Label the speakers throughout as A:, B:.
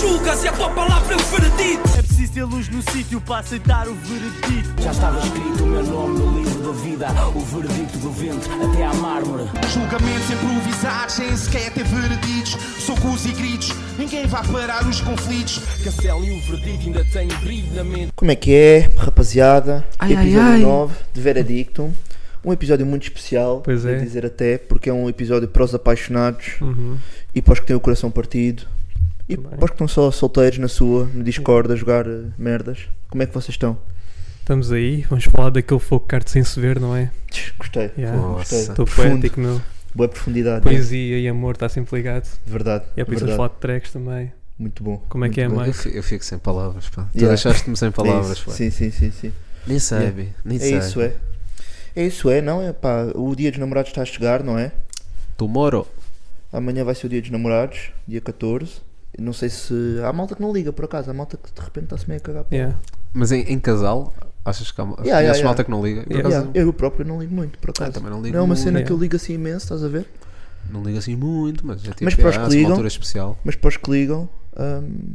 A: julgas e a tua palavra é o veredito.
B: É preciso ter luz no sítio para aceitar o veredito.
C: Já estava escrito o meu nome no livro da vida, o veredito do vento até à mármore.
D: Julgamentos improvisados, sem sequer ter vereditos. Socos e gritos, ninguém vai parar os conflitos.
C: Castelo e o veredito ainda têm brilho na mente.
E: Como é que é, rapaziada?
F: Ai, ai,
E: episódio
F: ai.
E: 9 de Veredicto. Um episódio muito especial,
F: Pois
E: devo
F: é.
E: dizer até, porque é um episódio para os apaixonados e para os que têm o coração partido e
F: Também.
E: para os que estão só solteiros na sua, no Discord, a jogar eh, merdas. Como é que vocês estão?
F: Estamos aí, vamos falar daquele fogo card sem se ver, não é?
E: Tch, Gostei.
F: Yeah.
E: Gostei.
F: Estou
E: Tá Profundo.
F: poético, meu.
E: Boa profundidade.
F: Poesia e amor está sempre ligado.
E: Verdade.
F: E é por isso que vamos
E: verdade. Tá
F: falar de tracks também.
E: Muito bom.
F: Como é que é,
G: Bem,
F: mãe?
G: Eu fi- eu fico sem palavras, pá. Tu
E: Yeah.
G: deixaste-me sem
E: é
G: palavras,
E: isso.
G: pá.
E: Sim, sim, sim, sim.
G: Nem sabe, nem
E: É
G: sabe.
E: isso, é. É isso, é, não é? Pá, o dia dos namorados está a chegar, não é?
G: Tomorrow.
E: Amanhã vai ser o dia dos namorados, dia 14. Não sei se. Há malta que não liga, por acaso. Há malta que de repente está-se meio a cagar. pá.
F: Yeah.
G: Mas em, em casal, achas que há uma
E: Yeah, yeah, yeah.
G: malta que não liga? Por
F: Yeah.
G: acaso,
E: Yeah, Eu próprio não ligo muito, por
G: Ah,
E: acaso.
G: também não ligo
E: não é uma
G: muito.
E: cena
F: yeah.
E: que eu ligo assim imenso, estás a ver?
G: Não ligo assim muito, mas é tipo,
E: Mas para os
G: ah, se
E: que ligam-
G: uma altura especial.
E: Mas para os que ligam, hum,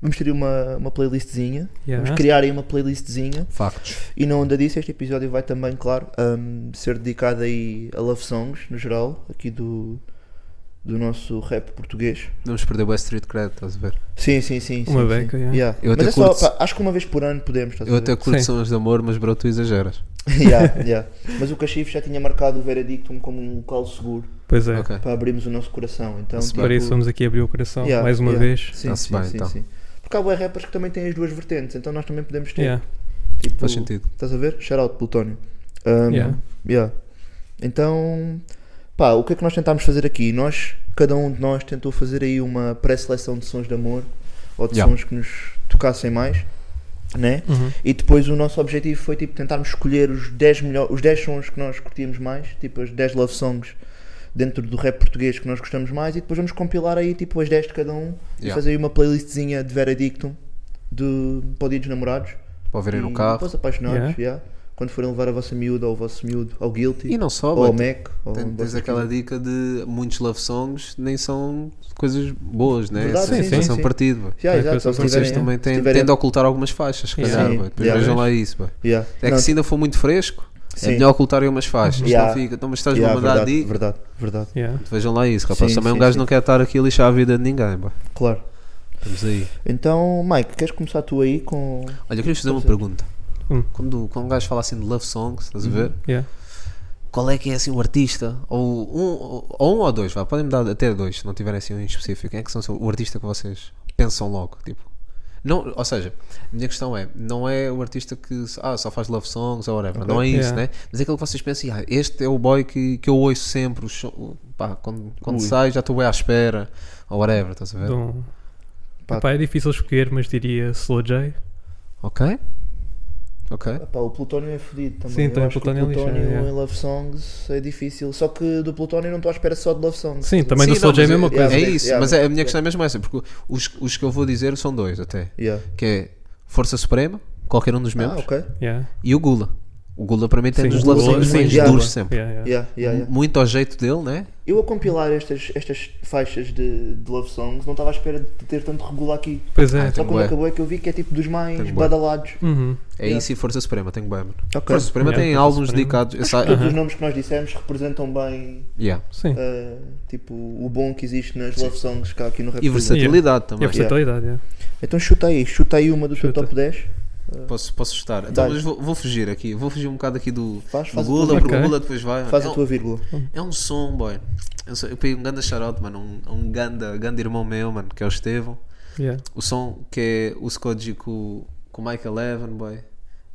E: vamos ter aí uma, uma playlistzinha.
F: Yeah.
E: Vamos criar aí uma playlistzinha.
G: Factos.
E: E não onda disso, este episódio vai também, claro, hum, ser dedicado aí a love songs, no geral, aqui do, do nosso rap português.
G: Vamos perder o West Street Cred, estás a ver?
E: Sim, sim, sim.
F: Uma
E: sim,
F: beca,
E: sim.
F: yeah.
E: Yeah.
G: Eu
E: Mas
G: até
E: é só,
G: curto-
E: pá, acho que uma vez por ano podemos, estás
G: Eu
E: a ver?
G: até curto
F: Sim.
G: sons de amor, mas bro, tu exageras.
E: Yeah, yeah. Mas o Cachifo já tinha marcado o Veredictum como um local seguro
F: Pois é.
G: Ok.
E: para abrirmos o nosso coração. Então,
G: Se
F: Para isso vamos aqui abrir o coração
E: yeah,
F: mais uma
E: yeah.
F: vez.
E: Sim,
G: Tá-se
E: sim,
G: bem,
E: sim,
G: então.
E: sim. Porque há bué rappers que também têm as duas vertentes, então nós também podemos ter.
F: Yeah.
E: Tipo,
G: Faz sentido.
E: Estás a ver? Shout out, Plutónio. Um,
F: Yeah.
E: yeah. Então, pá, o que é que nós tentámos fazer aqui? Nós, cada um de nós tentou fazer aí uma pré-seleção de sons de amor ou de
G: Yeah.
E: sons que nos tocassem mais, né?
F: Uhum.
E: E depois o nosso objetivo foi tipo tentarmos escolher os 10 melhor, os 10 sons que nós curtíamos mais, tipo as 10 love songs dentro do rap português que nós gostamos mais e depois vamos compilar aí tipo as 10 de cada um e
G: Yeah.
E: fazer aí uma playlistzinha de veredictum de para o dia dos namorados.
G: Para ouvirem no
E: E
G: carro.
E: Depois apaixonados,
F: Yeah.
E: yeah. Quando forem levar a vossa miúda ou o vosso miúdo ao Guilty
G: E não só,
E: ou ao
G: bro,
E: Mac ou
G: Tem-
E: onde
G: Tens
E: vocês
G: aquela dica de muitos love songs nem são coisas boas, né?
E: Verdade,
G: São-
E: sim,
G: são-
E: sim,
G: são
E: sim.
G: partido. bro.
E: quiserem. Yeah,
F: Tem
E: exato,
F: coisas
E: se
F: É que
G: Vocês
E: tiverem-
G: também
E: se
G: têm,
E: tiverem-
G: têm de ocultar algumas faixas, se
F: Yeah.
G: calhar.
E: Sim,
G: bro. Depois
E: yeah.
G: vejam lá isso. bro.
E: Yeah.
G: É
E: Não,
G: que se ainda for muito fresco,
E: sim.
G: é melhor ocultarem umas faixas.
E: Yeah.
G: Não fica, então, mas estás-me
E: Yeah,
G: a mandar
E: verdade,
G: dica.
E: verdade, verdade,
F: Yeah.
G: Vejam lá isso, rapaz.
E: Sim,
G: Também
E: sim,
G: um gajo
E: sim.
G: não quer estar aqui a lixar a vida de ninguém. bro.
E: claro.
G: Estamos aí.
E: Então, Mike, queres começar tu aí com
G: Olha, eu queria fazer uma
E: Estamos
G: pergunta.
F: Hum.
G: Quando, quando um gajo fala assim de love songs, estás a
E: Uhum.
G: ver?
F: Yeah.
G: Qual é que é assim o artista? Ou um ou, ou um ou dois, vá. Podem-me dar até dois, se não tiverem assim um em específico. Quem é que são o artista que vocês pensam logo? Tipo. Não, ou seja, a minha questão é, não é o artista que ah, só faz love songs ou whatever, não é isso,
F: Yeah.
G: né? Mas é aquilo que vocês pensam, ah, este é o boy que, que eu ouço sempre, os so- o- pá, quando, quando
E: Ui.
G: sai já estou bem à espera, ou whatever, estás a ver?
F: Então,
E: Pá.
F: Epá, é difícil escolher, mas diria Slow J.
G: Ok? Ok.
E: Epá, o Plutónio é fodido também.
F: Sim,
E: Eu
F: também
E: acho que
F: Plutónio é
E: o Plutónio
F: lixado, yeah.
E: em Love Songs é difícil. Só que do Plutónio não estou à espera só de Love Songs.
F: Sim, também
G: Sim,
F: do Slow
G: não,
F: J é a
G: mas
F: mesma
E: yeah,
F: coisa.
G: É
E: mas é-
G: isso,
E: yeah,
G: mas
E: mas-
G: é- a minha questão é mesmo essa, porque os, os que eu vou dizer são dois até,
E: Yeah.
G: que é Força Suprema, qualquer um dos
E: Ah,
G: membros,
E: ok.
F: Yeah.
G: e o Gula. O Gula para mim tem
F: Sim,
G: dos
F: o Gula
G: love songs
F: sim,
G: mais
E: yeah.
G: duros sempre.
F: Yeah, yeah.
E: Yeah, é yeah, yeah.
G: Muito ao jeito dele, né?
E: Eu a compilar estas, estas faixas de, de Love Songs não estava à espera de ter tanto regular aqui.
F: Pois é.
G: Ah,
E: Só
G: Tem
E: quando
G: bué.
E: acabou é que eu vi que é tipo dos mais
G: Tem bué.
E: badalados.
F: Uhum.
G: É
E: Yeah.
G: isso e Força Suprema, tenho bem, mano.
E: Ok.
G: Força Suprema
F: Yeah,
G: tem
F: Força
G: álbuns
F: Suprema.
G: dedicados. eu sa-
E: Todos os nomes que nós dissemos representam bem
G: Yeah.
F: Sim.
E: ah, tipo, o bom que existe nas love songs cá aqui no rap.
G: E versatilidade
F: E é a
G: também.
F: versatilidade, yeah.
E: Então chuta aí, chuta aí uma do seu
F: Chuta.
E: top 10.
G: Posso, posso estar. Então,
E: Dá-lhe.
G: mas vou, vou fugir aqui, vou fugir um bocado aqui do,
E: Faz,
G: do
E: faz, a,
G: Gula,
E: tua,
F: Ok.
G: porque o Gula depois vai. mano.
E: faz
G: É
E: a
G: um-
E: tua vírgula.
G: É um som, boy. Eu, sou- eu peguei um grande charote, mano. Um, um grande, grande irmão meu, mano, que é o Estevão.
F: Yeah.
G: O som que é o Scoji com, com o Michael Evan, boy.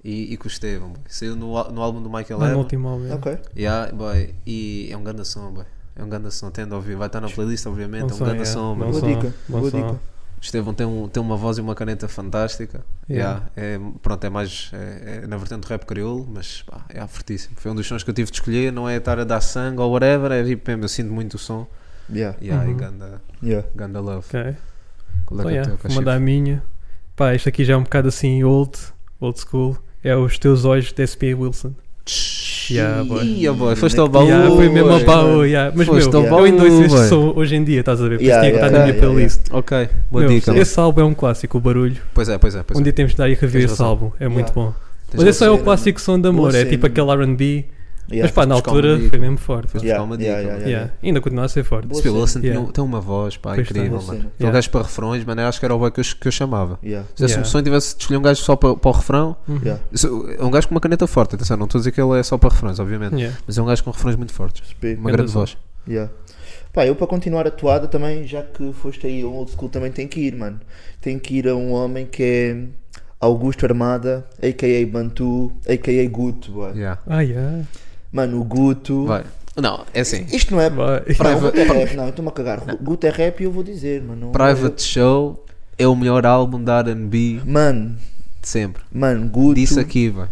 G: E, e com o Estevão, boy. Saiu no, á- no álbum do Michael
F: Lá Ah, no
G: Evan.
F: último álbum. yeah.
E: Ok.
G: Yeah, boy. E é um grande som, boy. É um grande som, tendo a ouvir. Vai estar na playlist, obviamente.
F: Bom
G: é um
F: som,
G: grande
F: yeah.
G: som,
F: Bom
G: mano.
E: Boa
F: som,
E: dica,
F: bom
E: boa
F: som.
E: dica.
G: O Estevão tem, um, tem uma voz e uma caneta fantástica.
F: Yeah.
G: Yeah. é, pronto, é mais é, é na vertente do rap crioulo, mas pá, é fortíssimo. Foi um dos sons que eu tive de escolher. Não é estar a dar sangue ou whatever. É tipo, mesmo, eu sinto muito o som.
E: Yeah,
G: Yeah, e
F: Uhum.
G: ganda,
E: yeah.
G: ganda love.
F: Ok. Então,
G: Qual é que é o
F: yeah,
G: teu,
F: vou
G: Cachifo?
F: mandar a minha. Pá, isto aqui já é um bocado assim old, old school. É os teus olhos de SP Wilson.
G: Tch,
F: Yeah, boy.
G: Ia, oh, boy, foste ao baú.
F: Yeah, foi mesmo a
G: boy.
F: baú, yeah. mas
G: um Foste
F: meu,
G: ao
F: eu endoiço
G: baú,
F: este
G: boy.
F: som hoje em dia, estás a ver? Por isso
E: Yeah,
F: tinha que estar
E: yeah,
F: tá na minha
E: yeah, yeah,
F: playlist.
G: Ok, boa
F: Meu,
G: dica.
F: esse álbum é um clássico, o barulho.
G: Pois é, pois é, pois
F: um
G: é.
F: dia temos de dar e rever
G: Tens
F: esse
G: razão.
F: álbum, é muito bom.
G: Tens
F: Mas esse
G: razão.
F: é o
E: cena,
F: clássico som da
E: boa
F: amor, é
E: cena.
F: tipo aquele RB.
E: Yeah.
F: Mas pá, na
G: Buscar
F: altura
G: uma dica.
F: foi mesmo forte.
G: Fez-me
E: Yeah,
G: uma dica.
E: yeah, yeah,
G: mano.
E: yeah.
F: Yeah, Ainda continua a ser forte.
E: Boa
G: Bill
E: cena.
G: Wilson tinha-
F: Yeah.
G: tem uma voz, pá,
F: Pois
G: incrível,
F: tem.
G: mano.
E: Yeah.
G: Aquele gajo para refrões, mano, eu acho que era o boy que eu, que eu chamava.
E: Yeah,
G: Se tivesse um
F: Yeah.
G: sonho, tivesse de escolher um gajo só para, para o refrão.
E: yeah.
G: Se- É um gajo com uma caneta forte, atenção, não estou a dizer que ele é só para refrões, obviamente.
F: Yeah.
G: Mas é um gajo com refrões muito fortes.
E: Respeito.
G: Uma
F: Grande
G: grande
F: som.
G: voz.
E: Yeah. Pá, eu para continuar a toada também, já que foste aí ao old school, também tem que ir, mano. Tem que ir a um homem que é Augusto Armada, a.k.a. Bantu, a.k.a. Guto, boy.
G: Yeah.
F: Ah, yeah.
E: Mano, o Guto.
G: Vai. Não, é assim.
E: Isto não é.
F: Vai.
E: Não, o Guto
G: Private-
E: é rap, não, eu estou-me a cagar. Guto é rap e eu vou dizer, mano.
G: Private Show é o melhor álbum da RB
E: é- Mano,
G: de sempre.
E: mano, Guto.
G: Disse aqui, vai.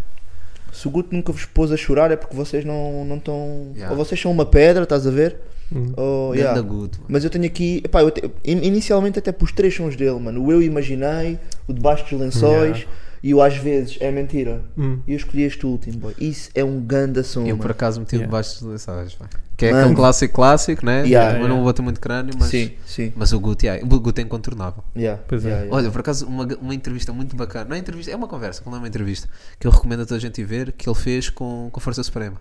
E: Se o Guto nunca vos pôs a chorar é porque vocês não não estão.
G: Yeah.
E: Ou vocês são uma pedra, estás a ver?
F: Hum.
E: Ou,
G: Ganda
E: Oh, yeah.
G: Guto, mano.
E: Mas eu tenho aqui. Epá, eu te- in- inicialmente até pus três sons dele, mano. O Eu Imaginei, o Debaixo dos Lençóis e o Às vezes é Mentira.
F: Hum.
E: E eu escolhi este último, boy. Isso é um ganda som.
G: Eu
E: mano.
G: por acaso meti
F: Yeah.
G: debaixo dos lençóis, vai. Que é
E: Mano.
G: aquele clássico clássico, né?
E: Yeah,
G: eu não
F: yeah.
G: vou ter muito crânio, mas.
E: Sim, sim.
G: Mas o Guto, yeah, o Guto é incontornável.
E: Yeah,
F: Pois é.
E: yeah, yeah.
G: Olha, por acaso, uma, uma entrevista muito bacana. Não é entrevista, é uma conversa, não é uma entrevista. Que eu recomendo a toda a gente ir ver, que ele fez com, com a Força Suprema.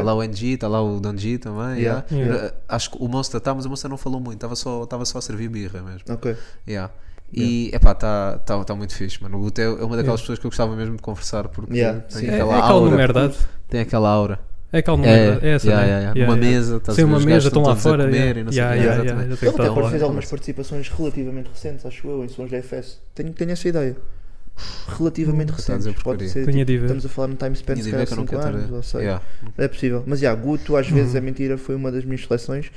G: Está tá lá o NG, está lá o Danji também.
E: Yeah.
G: yeah. Uh, Acho que o Monster está, mas o Monster não falou muito, estava só, estava só a servir birra mesmo.
E: Ok.
G: Yeah. E epá, está tá, tá muito fixe, mano. O Guto é é uma daquelas pessoas que eu gostava mesmo de conversar porque
E: Yeah, sim.
G: tem,
F: É, é
G: aquela
F: aquela
G: aura,
F: numerdade.
G: tem aquela aura.
F: É aquela
G: É,
F: numerdade. É essa,
G: yeah,
F: né?
G: yeah, yeah. Uma mesa, estás a
F: Sim,
G: ver,
F: uma
G: os gajos
F: mesa, estão lá
G: estão todos a
F: fora.
G: comer e não sei o
F: yeah,
G: quê,
F: yeah,
G: exatamente.
F: yeah, já sei
E: Ele
F: que
E: até
F: tá
E: agora
F: lá.
E: fez algumas participações relativamente recentes, acho eu, em sons da FS. Tenho, tenho essa ideia.
G: Está Hum,
E: Relativamente
G: a
E: recentes.
G: dizer
E: Pode
G: porcaria.
E: ser.
F: Tenho
E: tipo,
F: de ver.
E: estamos a falar no time span
G: Tinha de
E: se calhar
G: ver que eu não
E: 5
G: quero
E: anos, ou
G: estar.
E: sei.
G: yeah. Uhum.
E: É possível. Mas yeah, Guto, às vezes é mentira, foi uma das minhas seleções.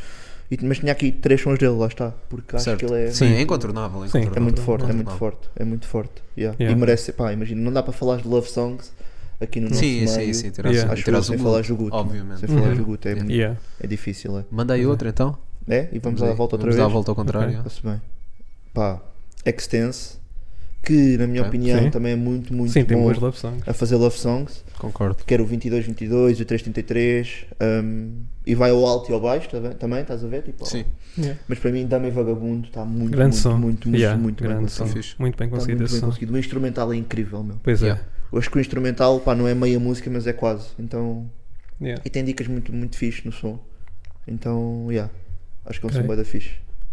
E: E, mas tinha aqui três sons dele, lá está. Porque acho
G: Certo.
E: que ele é.
G: Sim, é incontornável.
F: Sim.
E: É muito forte, é muito
G: Incontornável.
E: forte, é muito forte. yeah.
F: Yeah.
E: E merece, pá, imagina, não dá para falar de love songs aqui no nosso
G: Sim, sim,
E: meio.
G: sim.
F: Yeah.
G: Tiras
E: Acho eu,
G: tiras o
E: sem falar do
G: Guto,
E: Guto.
G: obviamente.
E: Sem falar
F: Uhum.
E: do Guto, é,
G: Yeah.
E: muito-
F: Yeah.
E: é difícil, é.
G: Mandei outra então.
E: É? E vamos, à
G: aí,
E: volta outra
G: vamos
E: vez.
G: à volta ao contrário.
E: Está-se bem. Pá, Extense, que na minha
G: Ok.
E: opinião
F: Sim.
E: também é muito, muito
F: Sim, tem
E: bom
F: boas love songs.
E: a fazer love songs.
G: Concordo.
E: Quer o 22-22, o 333, um, e vai ao alto e ao baixo tá bem? também, estás a ver? Tipo,
G: Sim,
F: Yeah.
E: Mas para mim, Dama e Vagabundo está muito,
F: Grande
E: muito,
F: som.
E: muito, muito,
F: Yeah,
E: muito bem
F: grande som.
E: conseguido.
G: Fixe. Tá
F: Muito bem
E: Está
F: conseguido
E: muito
F: esse
E: bem
F: som.
E: conseguido. O instrumental é incrível, meu.
F: Pois é.
G: Yeah.
E: Eu acho que o instrumental, pá, não é meia música, mas é quase. Então,
F: Yeah.
E: e tem dicas muito, muito fixe no som. Então, yeah. Acho que é um
F: Ok.
E: som bué da fixe.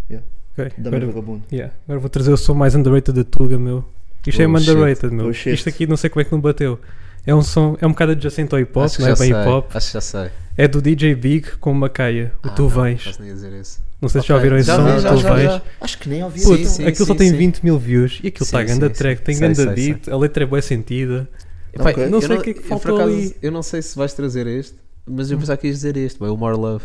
G: Tá
F: Ok,
E: Dama e
F: Agora
E: Vagabundo.
F: Yeah. Agora vou trazer o som mais underrated da Tuga, meu. Isto é
G: Oh,
F: uma
G: shit.
F: underrated, meu.
E: Oh, shit.
F: Isto aqui não sei como é que não bateu. É um som, é um bocado adjacente ao hip hop,
G: Acho que
F: não é
G: já
F: bem
G: sei,
F: hip hop.
G: Acho que já sei.
F: É do DJ Big com Macaia, o
G: Ah,
F: Tu
G: não,
F: Vens.
G: quase nem ia dizer isso.
F: Não sei se
G: Ok,
F: já ouviram esse
G: já
F: som,
G: vi,
F: o
G: já,
F: Tu
G: já,
F: Vens.
G: já.
E: Acho que nem ouvi
G: Sim,
E: então.
G: sim.
F: Aquilo só tem
G: sim.
F: 20 mil views e aquilo
G: Sim,
F: está ganda
G: sim,
F: track,
G: sim.
F: tem
G: Sei,
F: ganda
G: sei,
F: beat, a letra é boa sentida.
G: Epá,
E: Ok.
G: eu
F: Não sei o que é que
G: eu,
F: faltou
G: por acaso,
F: ali.
G: Eu não sei se vais trazer este, mas eu pensava que ias dizer este, boy, o More Love.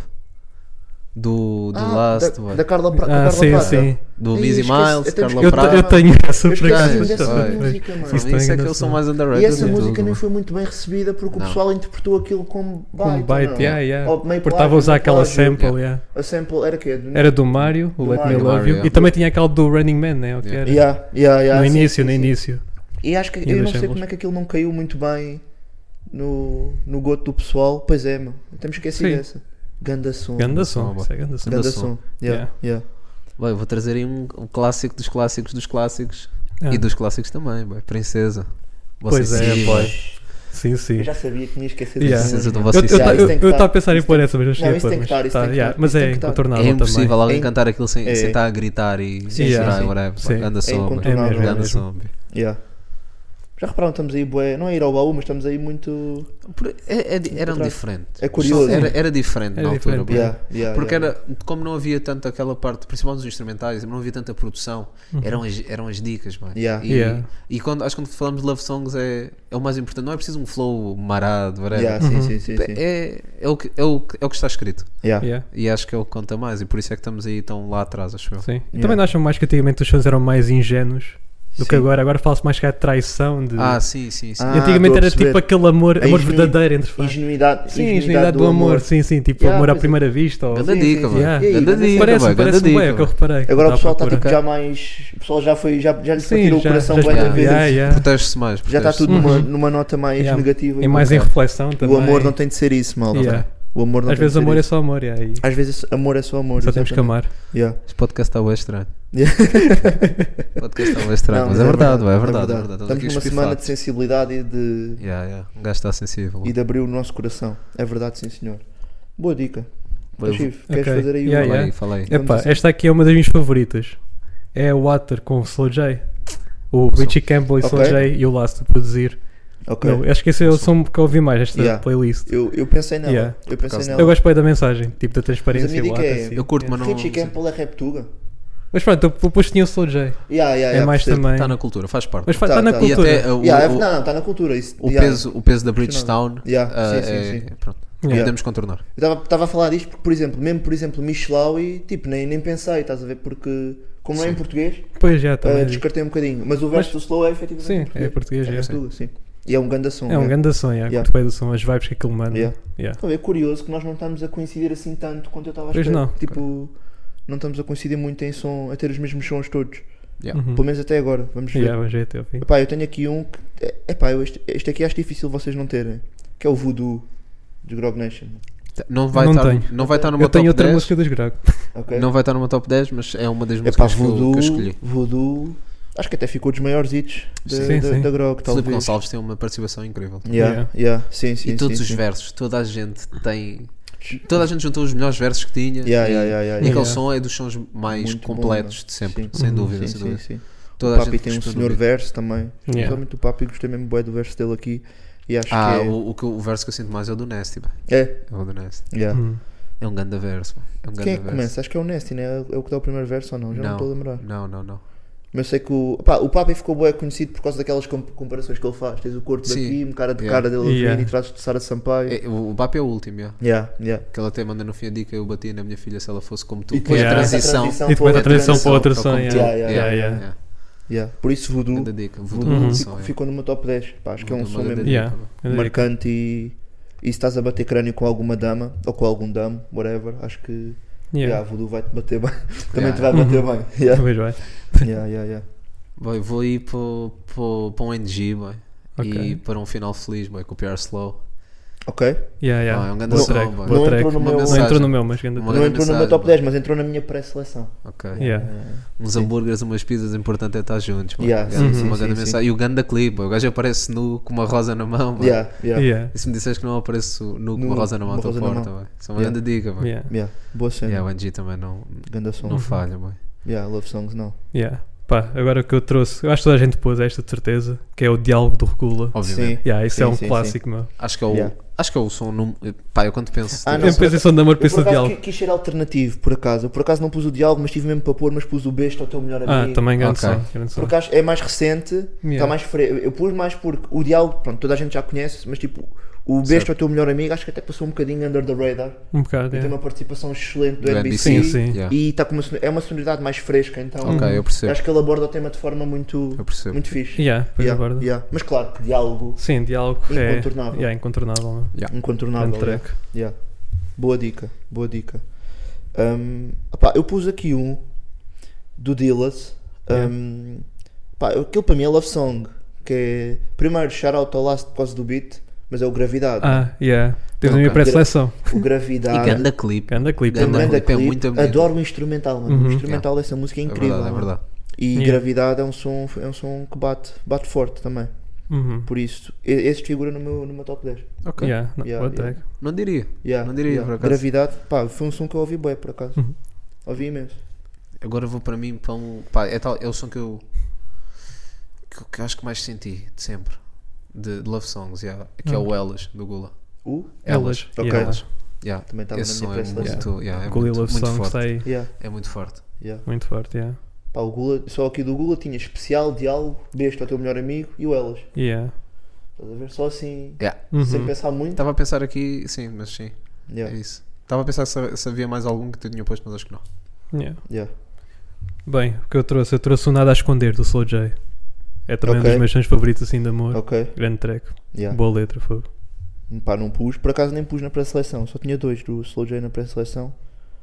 G: Do, do
E: Ah,
G: Last,
E: da,
G: boy.
E: da Carla, pra, da
F: Ah,
E: Carla
F: sim,
E: Prata.
F: sim.
G: do
E: Ih,
G: Busy
E: esqueci-
G: Miles,
E: eu tenho-
G: Carla
F: Eu,
G: Prata.
F: te- eu tenho essa
E: Eu
F: por
E: esqueci
F: acaso.
E: dessa
F: também.
E: tipo música, mano.
F: Isso
G: Isso, isso
F: tem
G: é que
F: grande
G: eles são
F: som.
G: mais underrated.
E: E essa
G: do
E: música
G: Tuga,
E: nem
G: mano.
E: foi muito bem recebida porque
G: Não.
E: o pessoal interpretou aquilo como bite.
F: Com
E: ou
F: bite,
E: então não?
F: yeah, yeah.
E: Ou meio
F: Porque estava a
E: plágio,
F: usar
E: meio
F: aquela
E: plágio.
F: sample,
G: Yeah.
F: yeah.
E: A sample era quê? Do-
F: Era do Mario, o
E: Do
F: Let Me
E: Mario.
F: Love
G: Mario,
F: You.
G: yeah.
F: E também tinha aquele do Running Man, né? O que
G: Yeah.
F: era?
E: Yeah, yeah, yeah,
F: No
E: sim,
F: início,
E: sim,
F: no
E: sim.
F: início.
E: E acho que
F: E
E: eu
F: dos
E: não sei
F: samples.
E: como é que aquilo não caiu muito bem no, no goto do pessoal. Pois é, meu. Temos esquecido
F: Sim.
E: essa. Ganda som.
F: Ganda
G: som,
F: som, isso é ganda som.
E: Ganda
G: Ganda
E: som. Yeah, yeah.
G: Boy, vou trazer aí um, um clássico dos clássicos dos clássicos
F: Ah,
G: e dos clássicos também, boy. Princesa.
F: Pois
G: Você
F: é,
G: sim,
F: boy. Sim,
E: Eu
F: sim.
E: já sabia que tinha esquecido
F: Yeah.
E: desse
G: Precisa de
E: nome.
G: você
F: eu
G: sim.
E: Yeah, isso tem que
F: estava
E: estar.
F: a pensar em
E: Isso
F: pôr
E: tem-
F: essa, mas não
E: Não,
F: cheguei a
E: isso
F: pôr.
E: tem que
F: Mas,
E: estar, isso
F: tá,
E: tem que
F: yeah,
E: estar,
F: mas
E: isso
F: é
E: tem que estar.
F: incontornável
G: É impossível
F: também.
G: alguém
E: É-
G: cantar aquilo sem,
E: é.
G: sem estar a gritar e
E: Sim,
G: chorar,
E: sim, sim.
G: whatever.
F: Sim.
G: Ganda
E: É
G: som,
E: incontornável.
G: boy.
E: É mesmo, é
G: Ganda
F: mesmo.
G: som, boy.
E: Yeah. Já repararam, estamos aí, bué, não é ir ao baú, mas estamos aí muito.
G: Por- é- é- eram
E: Outra-
G: diferentes.
E: É curioso.
G: Era, era diferente
F: Era
G: na altura.
F: diferente.
G: boy.
E: Yeah, yeah,
G: Porque
E: yeah.
G: era, como não havia tanto aquela parte, principalmente dos instrumentais, não havia tanta produção, eram, as, eram as dicas, mano.
E: Yeah.
G: E,
F: Uhum. Yeah.
G: e quando, acho que quando falamos de love songs é, é o mais importante, não é preciso um flow marado, whatever.
E: Yeah,
F: Uhum.
E: sim, sim, sim, sim.
G: É, é, o que, é, o, que- é o que está escrito.
E: Yeah.
F: Yeah,
G: E acho que é o que conta mais, e por isso é que estamos aí tão lá atrás, acho eu.
F: sim. E
E: Yeah.
F: também não acham mais que antigamente os sons eram mais ingênuos? do que agora. Agora fala-se mais que é de traição. De...
G: Ah, sim, sim, sim.
E: Ah,
F: Antigamente
E: estou a
F: era
E: perceber.
F: tipo aquele amor,
E: A
F: amor
E: ingenuidade-
F: verdadeiro entre fãs.
E: Ingenuidade,
F: Sim, ingenuidade do amor. Sim, sim, tipo
E: Yeah,
F: amor à
E: pois é.
F: primeira vista. Ou...
G: Ganda
E: sim,
G: dica,
E: sim,
G: mano.
F: yeah.
E: E aí,
G: Ganda
E: mas
G: dica,
F: Parece, um
G: mano. Ganda
F: parece bem, é
G: dica,
F: o que eu
G: mano.
F: reparei.
E: Agora o
F: Dá
E: pessoal
F: pra
E: está tipo
F: procurar.
E: já mais. O pessoal já foi. Já, já lhe
F: Sim,
E: partiu o
F: já,
E: coração
F: já,
E: bué
F: está-
E: de vezes.
F: yeah, yeah.
G: Protege-se mais.
E: Já está
G: protege-se.
E: tudo numa, numa nota mais
F: Yeah.
E: negativa.
F: E É mais em
G: Ok.
F: reflexão também.
E: o amor não tem de ser isso, malta.
F: Yeah.
E: O amor não
F: Às
E: tem
F: vezes
E: de ser
F: amor é
E: isso.
F: só amor, yeah, e
E: Às vezes amor é só amor.
F: só temos que amar.
E: exatamente. Yeah.
G: Este podcast está bem estranho. O podcast está bem
E: Não,
G: estranho, mas é verdade, é verdade. é verdade.
E: Estamos numa semana de sensibilidade e de,
G: Yeah, yeah. Um gajo está sensível.
E: e de abrir o nosso coração. É verdade, sim, senhor. Boa dica.
G: Boa-
E: Chief,
F: Ok.
E: queres fazer aí
F: Yeah,
E: uma?
G: Fala aí,
F: yeah.
G: fala aí.
E: Vamos
F: Epá,
E: assim.
F: esta aqui é uma das minhas favoritas. É o Water com o Slow J. O Richie Campbell e Slow
E: Ok.
F: J e o Last a produzir.
E: Ok.
F: Não, acho que esse é o som que eu ouvi mais, esta
E: Yeah.
F: playlist.
E: Eu, eu pensei nela.
F: Yeah.
E: Eu pensei
G: acaso
E: nela.
F: Eu gosto bem da mensagem, tipo da
E: Mas a
F: transparência.
E: minha
F: e o
E: dica
F: ato,
E: é-
F: assim.
G: Eu curto, mas não.
E: Richie Campbell é rap tuga?
F: Mas pronto, eu eu pus que tinha o Slow J.
E: Yeah, yeah, yeah,
F: É mais
E: percebo.
F: também.
G: Está Tá na cultura, faz parte.
F: Mas está
E: Tá,
F: na
E: tá.
G: E
F: cultura.
G: até uh, o,
E: Yeah, é-
G: o-
E: não, não, está na cultura. Isso,
G: o
E: yeah.
G: peso, o peso da Bridgestone
E: Yeah,
G: uh,
E: sim, sim,
G: é-
E: sim.
G: pronto.
F: Yeah.
G: podemos contornar.
E: Eu estava a falar disto porque, por exemplo, mesmo por exemplo, Michelau tipo, nem, nem pensei, estás a ver? Porque, como não é em português,
F: Pois já,
E: eh,
F: também. digo.
E: descartei um bocadinho. Mas o verso do Slow é efetivamente.
F: Sim,
E: em
F: é português.
E: É
F: é.
E: rap tuga, sim. E é um grande som.
F: É um
E: yeah.
F: grande som, yeah.
E: Yeah.
F: curto bem do som, as vibes que aquilo manda.
E: Yeah.
F: Yeah.
E: Então, É curioso que nós não estamos a coincidir assim tanto quanto eu estava a
F: Pois
E: esperar.
F: não.
E: Tipo, não estamos a coincidir muito em som, a ter os mesmos sons todos.
G: Yeah.
F: Uhum.
E: Pelo menos até agora. Vamos ver.
F: Yeah, mas é até ao fim.
E: Epá, eu tenho aqui um que. é- Epá, eu este, este aqui acho difícil vocês não terem. Que é o Voodoo de Grog Nation.
G: Tá, Não vai
F: Não
G: estar
F: tenho.
G: não vai estar numa
F: Eu tenho
G: top
F: outra
G: 10.
F: música dos Grago.
E: Ok?
G: Não vai estar numa top 10, mas é uma das
E: Epá,
G: músicas que, eu,
E: Voodoo.
G: que eu escolhi.
E: Voodoo. Acho que até ficou dos maiores hits da,
F: Sim,
E: da-
F: sim.
E: da Grog,
G: Felipe
E: talvez.
G: Gonçalves tem uma participação incrível.
E: Yeah, yeah. Sim, sim,
G: e todos
E: sim,
G: os
E: sim.
G: versos, toda a gente tem. Toda a gente juntou os melhores versos que tinha.
E: Yeah,
G: e
E: yeah, yeah, yeah,
G: e aquele
E: yeah.
G: som é dos sons mais
E: Muito bom,
G: completos
E: mano.
G: de sempre,
E: Sim.
G: sem
E: Uhum.
G: dúvida.
E: Sim,
G: sem
E: sim,
G: dúvida.
E: sim.
G: Toda
E: o Papi tem um
G: gostou do
E: senhor
G: beat.
E: verso também.
F: Yeah.
E: Principalmente o Papi, gostei mesmo bué do verso dele aqui. E acho
G: Ah,
E: que é.
G: o, o, que- o verso que eu sinto mais é o do Nasty. pá.
E: É,
G: É o do Nasty.
E: yeah.
F: Hum.
G: É um grande verso. pá. É um grande
E: Quem é que
G: verso.
E: começa? Acho que é o Nasty, né? É o que dá o primeiro verso ou não? Já não
G: Não.
E: estou a lembrar.
G: Não, não, não.
E: Mas sei que o, pá, o Papi ficou bué conhecido por causa daquelas com- comparações que ele faz. Tens o corpo
G: Sim.
E: daqui, um cara de
G: Yeah.
E: cara dele
F: Yeah.
E: yeah. e trazes de Sara Sampaio.
G: É, o Bap é o último, yeah.
E: Yeah, yeah.
G: que ele até manda no fim a dica: eu batia na minha filha se ela fosse como tu.
E: E
G: Depois
F: depois
G: a
F: faz a
G: transição.
E: Então
G: É
E: transição.
F: E depois
E: foi
F: a transição para outra
G: Foi
F: som.
G: como tu.
F: yeah.
E: Yeah,
F: Yeah, yeah.
G: um yeah.
E: Yeah. Por isso Voodoo,
G: Grande dica. um Voodoo,
E: Voodoo
G: uma
E: fico-
G: É só, yeah.
E: ficou numa top 10. Pá, acho que é um
G: Voodoo,
E: som
G: uma
E: mesmo
G: grande
F: Uhum. Yeah.
G: dica,
F: Eu digo.
E: marcante e, e se estás a bater crânio com alguma dama ou com algum damo, whatever, acho que
F: Yeah. Uhum.
E: yeah, Voodoo vai-te bater bem. Também
G: Yeah.
E: te vai bater bem. Yeah.
F: Talvez vai.
E: Yeah, yeah, yeah.
G: Boy, vou ir para um NG, boy.
F: Ok.
G: E para um final feliz, boy, com o PR Slow.
E: Ok.
F: Yeah,
G: Ah, é
F: yeah.
G: um grande
F: Boa
G: som,
F: track,
G: boy.
F: boa
E: Não
F: track.
E: entrou no
G: Uma
E: meu-
F: Não
G: mensagem.
F: entrou no meu, mas grande
G: Uma-
E: Não
F: track.
G: grande
E: entrou no meu
G: mensagem,
E: top
G: mano.
E: 10, mas entrou na minha pré-seleção.
G: Ok.
F: Yeah.
G: Uns hambúrgueres, umas pizzas, o importante é estar juntos. boy.
E: Yeah,
G: Yeah,
E: sim, sim,
G: uma
E: sim,
G: grande
E: sim.
G: mensagem. E o ganda clipe, boy. o gajo aparece nu com uma rosa na mão. boy.
E: Yeah, yeah.
F: Yeah.
G: E se me disseres que não aparece nu com
E: Nu,
G: uma rosa na mão,
E: uma
G: estou
E: rosa na
G: porta.
E: mão.
G: boy. Isso é uma
E: Yeah.
G: grande dica. boy.
F: Yeah. Uhum.
E: Yeah, boa cena.
G: Yeah, o NG também não,
E: Ganda som.
G: não falha. boy.
E: Yeah, love songs não.
F: Yeah. Pá, agora o que eu trouxe, eu acho que toda a gente pôs esta de certeza, que é o diálogo do Regula.
G: Obviamente.
E: Sim.
F: Yeah, isso
E: Sim,
F: é um
E: sim,
F: clássico, meu.
G: Acho que é o,
E: Yeah.
G: acho que é o som. num- Pá, eu quando penso. tipo,
E: Ah,
F: Eu
E: não,
F: penso em som de amor,
E: Eu por
F: penso em
E: acaso
F: diálogo.
E: qui- quis ser alternativo, por acaso. Eu por acaso não pus o diálogo, mas tive mesmo para pôr, mas pus o besta ao teu melhor
F: Ah,
E: amigo.
F: também grande
G: Ok.
F: som. Grande
E: Por
F: som.
E: acaso é mais recente, está
F: Yeah.
E: mais fre... Eu pus mais porque o diálogo, pronto, toda a gente já conhece, mas tipo, o besta ao teu melhor amigo, acho que até passou um bocadinho under the radar.
F: Um bocado,
E: E tem
F: yeah.
E: uma participação excelente do,
G: Do
E: NBC.
F: NBC. Sim, sim.
G: Yeah.
E: E tá com uma, son- é uma sonoridade mais fresca, então
G: Ok, eu percebo.
E: acho que ele aborda o tema de forma muito,
G: Eu percebo.
E: muito fixe.
F: Yeah, depois
E: Yeah,
F: aborda.
E: yeah. Mas claro, que diálogo
F: Sim, diálogo é
E: Incontornável.
F: yeah, incontornável. meu.
E: incontornável.
F: Grande track.
E: Yeah. Boa dica, boa dica. Um, opá, eu pus aqui um do Dillas. Um, pá, aquilo para mim é Love Song. Que é primeiro shout out ao Last por causa do beat, mas é o Gravidade.
F: Ah, yeah. Teve na
G: Ok.
F: minha pré-seleção.
E: O
G: E
E: Gravidade.
G: ganda clipe. É
F: Ganda clipe
G: Ganda
F: também.
E: Ganda
G: clipe, é
E: clipe.
G: muito bonito.
E: Adoro o instrumental, mano.
F: Uhum.
E: O instrumental dessa música é
G: É
E: incrível.
G: verdade, é
E: mano.
G: verdade.
E: E
F: Yeah.
E: Gravidade é um som, é um som que bate, bate forte também.
F: Uhum.
E: Por isso, e- este figura no meu, no meu top 10.
G: Ok.
F: Yeah, não,
E: Yeah,
F: boa
E: yeah.
F: track.
G: Não diria.
E: Yeah,
G: Não diria,
E: yeah.
G: por acaso.
E: Gravidade, pá, foi um som que eu ouvi bem, por acaso.
F: Uhum.
E: Ouvi imenso.
G: Agora vou para mim para um. Pá, é, tal, é o som que eu. Que, que eu acho que mais senti de sempre. De, de Love Songs, yeah, que é o Elas do Gula.
E: O?
F: Elas.
E: Ok.
F: Yeah.
E: Elas.
G: Yeah.
E: Também estava na
G: Esse som
E: minha
G: é
E: pré-seleção.
G: muito, yeah, é
F: Gully
G: muito,
F: Love
G: muito
F: Song
G: forte.
F: está aí.
E: Yeah,
G: É muito forte.
E: yeah.
F: Muito forte, yeah.
E: Pá, o Gula, só aqui do Gula tinha especial, diálogo, besta ao teu melhor amigo e o Elas.
F: Yeah.
E: Estás a ver? Só assim,
G: Yeah.
E: sem
F: Uhum.
E: pensar muito.
G: Estava a pensar aqui, sim, mas sim,
E: Yeah,
G: é isso. Estava a pensar se, se havia mais algum que tu tinha posto, mas acho que não.
F: Yeah.
E: yeah.
F: Bem, o que eu trouxe? Eu trouxe o Nada a Esconder do Slow J. É também um
E: Ok.
F: dos meus sons favoritos assim de amor.
E: Ok.
F: Grande track.
E: Yeah.
F: Boa letra, fogo.
E: Pá, não pus. Por acaso nem pus na pré-seleção. Só tinha dois do Slow J na pré-seleção.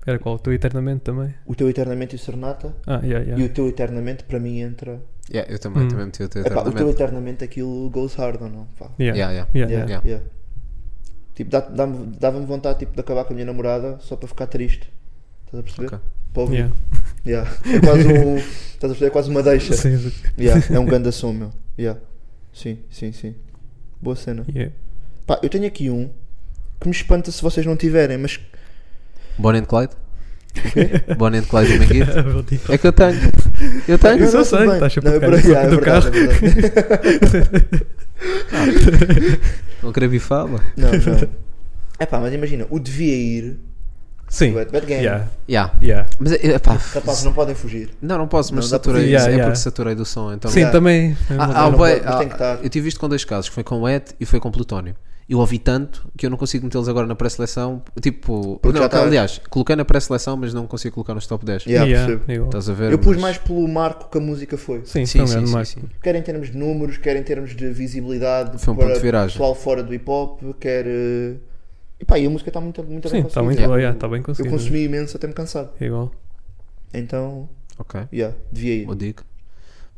F: Era qual? O teu Eternamente também?
E: O teu Eternamente e o Serenata.
F: Ah, yeah, yeah.
E: E o teu Eternamente para mim entra.
G: Yeah, eu também,
F: Hum.
G: também meti o teu
E: Epá, o teu é
G: eternamente.
E: Eternamente aquilo goes hard ou não? Pá.
F: Yeah.
G: Yeah, yeah.
F: Yeah,
E: Yeah,
F: yeah.
G: yeah.
E: yeah. Tipo, dá- dá-me- dava-me vontade tipo, de acabar com a minha namorada só para ficar triste. Estás a perceber?
G: Ok.
E: Para ouvir.
F: Yeah.
E: Yeah. É quase um. Estás a perceber? É quase uma deixa.
F: Sim, sim.
E: Yeah, É um grande som, meu. Yeah. Sim, sim, sim. Boa cena.
F: Yeah.
E: Pá, eu tenho aqui um que me espanta se vocês não tiverem, mas
G: Bonnie and Clyde? Bonnie and Clyde e Manguito?
F: Vou te-
G: É que eu tenho. Eu tenho.
F: Isso eu
E: tudo
F: sei,
E: bem.
F: estás sempre
E: Não,
F: a tocar
E: é
F: no
E: por- yeah, é
F: do carro.
E: verdade, é verdade.
G: Não queria bifar, mas...
E: Não, não. É pá, mas imagina, o devia ir
F: Sim.
E: do Bad, Bad Game.
F: Yeah.
G: Yeah.
F: Yeah.
G: Mas, é, é, pá,
E: Rapazes não podem fugir.
G: não, não posso, mas
E: Não, dá
G: saturei.
F: pra- Yeah,
G: é
F: yeah.
G: porque saturei do som, então...
F: Sim,
E: Yeah.
F: também. é uma
G: Ah, ah,
E: Não,
F: boa-
G: bué-
E: mas tem que estar.
G: eu tive isto com dois casos, que foi com o Et e foi com o Plutónio. Eu ouvi tanto que eu não consigo metê-los agora na pré-seleção. Tipo,
E: Porque
G: não,
E: já tá-
G: aliás, coloquei na pré-seleção, mas não consigo colocar nos top 10.
E: Yeah,
F: Yeah,
E: percebo.
F: igual.
G: Estás a ver?
E: Eu pus
G: Mas-
E: mais pelo marco que a música foi. um
F: Sim,
G: Então,
F: é
G: Sim,
F: sim,
G: sim, sim,
F: sim,
G: sim.
E: Quer em termos de números, quer em termos de visibilidade
G: Foi um ponto
E: para
G: de viragem.
E: pessoal fora do hip hop, quer. eh, E pá, e a música está muito, muito
F: Sim,
E: bem
F: está
E: conseguida.
F: muito
G: Yeah.
F: boa, está bem
E: Eu
F: conseguido.
E: consumi imenso até me cansado.
F: É Igual.
E: Então,
G: Ok,
E: yeah, devia ir.
G: eu digo.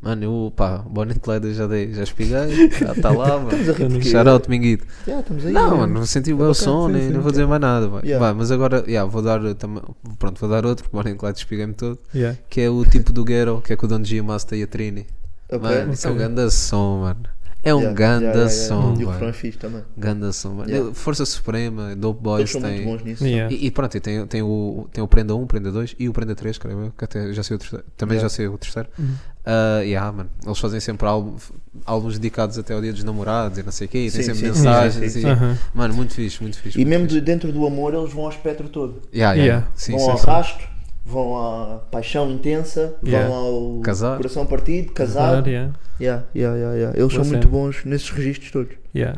G: Mano, eu, pá, Bonnie and Clyde eu já dei, já espiguei, já está lá, mano.
E: Estamos a rir né? porque.
G: Shout out, Minguito.
E: Yeah, estamos aí.
G: Não,
E: né?
G: mano, senti bem o
E: bacana,
G: som,
E: sim,
G: nem
E: sim,
G: não vou dizer mais nada. vai.
E: Yeah.
G: Vai, mas agora, yeah, vou dar eh, também- pronto, vou dar outro, porque Bonnie and Clyde espiguei-me todo.
F: Yeah.
G: Que é o tipo do Guero, que é com o Don G, o Master e a Trini.
E: Ok.
G: Mano, isso é um
F: Ok.
G: ganda som, mano. É um
E: Yeah,
G: ganda
E: yeah, yeah, yeah.
G: som,
E: E o refrão é
G: mano.
E: fixe também.
G: Ganda som, mano.
E: Yeah.
G: Força Suprema, Dope
E: Eles
G: Boys
E: são muito
G: tem.
E: bons nisso.
F: Yeah.
G: E, e pronto, e tem, tem, o, tem o Prenda 1, Prenda 2 e o Prenda 3, creio eu, que até já sei o terceiro. Também
E: Yeah.
G: já sei o terceiro. Ah, yeah, mano. Eles fazem sempre álbum, álbuns dedicados até ao Dia dos Namorados e não sei o quê. E tem
E: Sim,
G: sempre
E: sim,
G: mensagens.
E: sim, sim, sim.
G: e-
F: Aham.
G: Mano, muito fixe, muito fixe.
E: E
G: muito
E: mesmo
G: fixe.
E: de- dentro do amor, eles vão ao espectro todo.
G: Yeah, yeah,
F: Yeah.
G: yeah. Sim,
E: vão ao
G: sim, sim.
E: rastro, vão à paixão intensa,
F: Yeah.
E: vão ao
G: Casar.
E: coração partido, casado.
F: Claro, é yeah.
E: Yeah, yeah, yeah, yeah. Eles
F: Boa
E: são
F: cena.
E: muito bons nesses registros todos.
F: Yeah.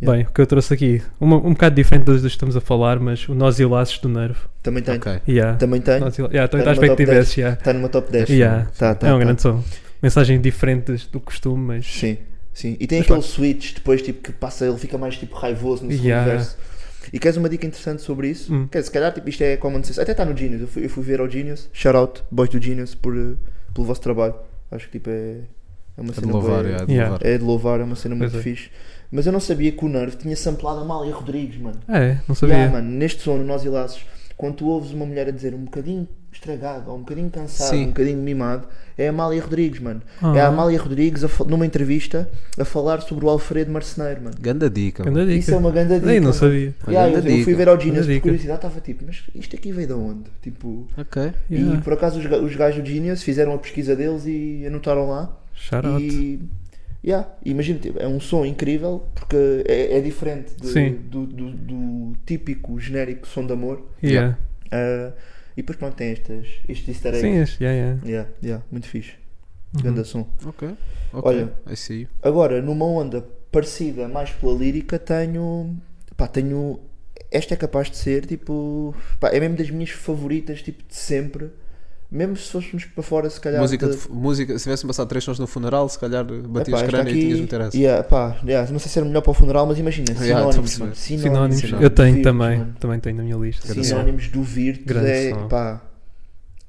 E: Yeah.
F: Bem, o que eu trouxe aqui, uma- um bocado diferente dos que estamos a falar, mas o Nós e Laços do Nervo.
E: Também tem.
G: Ok.
F: Yeah.
E: Também tem.
F: Nós e La- yeah, também
E: Tá
F: estás bem
E: numa
F: que
E: top 10.
F: tivesse, yeah.
E: Está numa top 10.
F: Yeah.
E: Tá, tá,
F: é um
E: tá.
F: grande som. Mensagem diferente do costume, mas.
E: Sim, sim. E tem
F: Mas
E: aquele
F: pá.
E: switch depois tipo, que passa, ele fica mais tipo raivoso no segundo
F: Yeah.
E: verso. E queres uma dica interessante sobre isso?
F: Hum.
E: Quer dizer, se calhar tipo, isto é common sense. Até está no Genius. Eu fui, eu fui ver ao Genius. Shout out, boys do Genius, por, eh, pelo vosso trabalho. Acho que tipo é, é uma
G: É de
E: cena
G: louvar,
E: bué-
G: é de
F: Yeah.
G: louvar.
E: É de louvar, é uma cena
F: Pois
E: muito
F: é.
E: fixe. Mas eu não sabia que o Nerve tinha samplado a Amália Rodrigues, mano.
F: Ah, É, não sabia.
E: Yeah, mano, neste som, no Nós e Laços, quando tu ouves uma mulher a dizer um bocadinho estragado, ou um bocadinho cansado,
G: Sim.
E: um bocadinho mimado, é a Amália Rodrigues, mano.
F: Ah.
E: É a Amália Rodrigues, a fa- numa entrevista, a falar sobre o Alfredo Marceneiro, mano.
G: Ganda dica. mano.
F: Grande dica.
E: Isso é uma grande dica.
F: Ei, não
E: mano.
F: sabia.
E: Yeah, eu,
G: Grande
E: eu fui
G: dica.
E: ver ao Genius
F: Grande
E: por
F: dica.
E: curiosidade, estava tipo, mas isto aqui veio de onde? Tipo,
G: Ok.
E: E
F: Yeah.
E: por acaso os, ga- os gajos do Genius fizeram a pesquisa deles e anotaram lá.
F: Shout out.
E: E yeah, imagina, tipo, é um som incrível porque é, é diferente de-
F: Sim.
E: do, do- do típico genérico som de amor.
F: Yeah.
E: Ah, e depois pronto, tem estas, estes easter eggs.
F: Sim, Uhum. este, yeah, yeah.
E: Yeah, yeah, muito fixe. Ganda som.
G: Ok. Ok.
E: Olha.
G: I see you.
E: Agora, numa onda parecida mais pela lírica, tenho. Pá, tenho. Esta é capaz de ser tipo. Pá, é mesmo das minhas favoritas, tipo, de sempre. Mesmo se fôssemos para fora, se calhar.
G: Música,
E: de-
G: de fu- música, se tivessem passado três sons no funeral, se calhar batias
E: Epá, esta
G: crânio e tinhas de meter essa.
E: yeah, pá, yeah, não sei se era melhor para o funeral, mas imagina,
G: Yeah, estou a
E: sinónimos,
G: perceber.
E: mano,
F: Sinónimos.
E: sinónimos,
F: Eu
E: mano,
F: tenho
E: virtus,
F: também.
E: mano.
F: Também tenho na minha lista.
G: Grande
E: Sinónimos do Virtus
F: Grande
E: é,
F: som.
E: pá,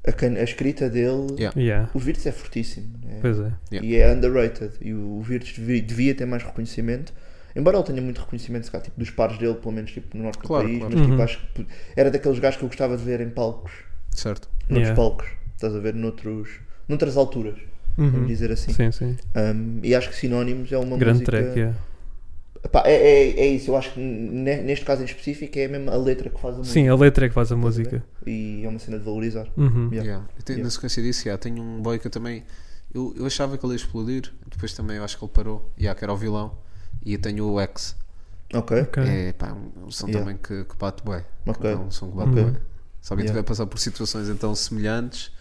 E: a, can- a escrita dele,
G: Yeah.
F: Yeah.
E: o Virtus é fortíssimo, é-
F: Pois é.
G: Yeah.
E: e é underrated, e o Virtus devia, devia ter mais reconhecimento, embora ele tenha muito reconhecimento, se calhar, tipo, dos pares dele, pelo menos, tipo, no norte
G: Claro,
E: do país,
G: claro.
E: mas, tipo,
F: Uhum.
E: acho que p- era daqueles gajos que eu gostava de ver em palcos,
G: Certo.
E: noutros
F: Yeah.
E: palcos, estás a ver, noutros, noutras alturas,
F: Uhum.
E: vamos dizer assim,
F: Sim, sim.
E: Um, e acho que Sinónimos é uma
F: Grande
E: música...
F: track, yeah.
E: Pá, é, é, é isso, eu acho que ne- neste caso em específico é mesmo a letra que faz a música.
F: Sim, a letra é que faz a música.
E: E é uma cena de valorizar.
F: Uhum.
E: Yeah.
G: Yeah. Eu tenho-
E: Yeah.
G: Na sequência disso, yeah, tenho um boy que eu também. Eu, eu achava que ele ia explodir, depois também eu acho que ele parou. Yeah, que era o vilão. E eu tenho o X.
E: Ok.
F: Ok.
G: É pá, um, um som
E: Yeah.
G: também que, que bate bué.
E: Ok. Hum.
G: É um som que bate
F: Ok.
G: bué. Se alguém
E: Yeah.
G: tiver passado por situações então semelhantes,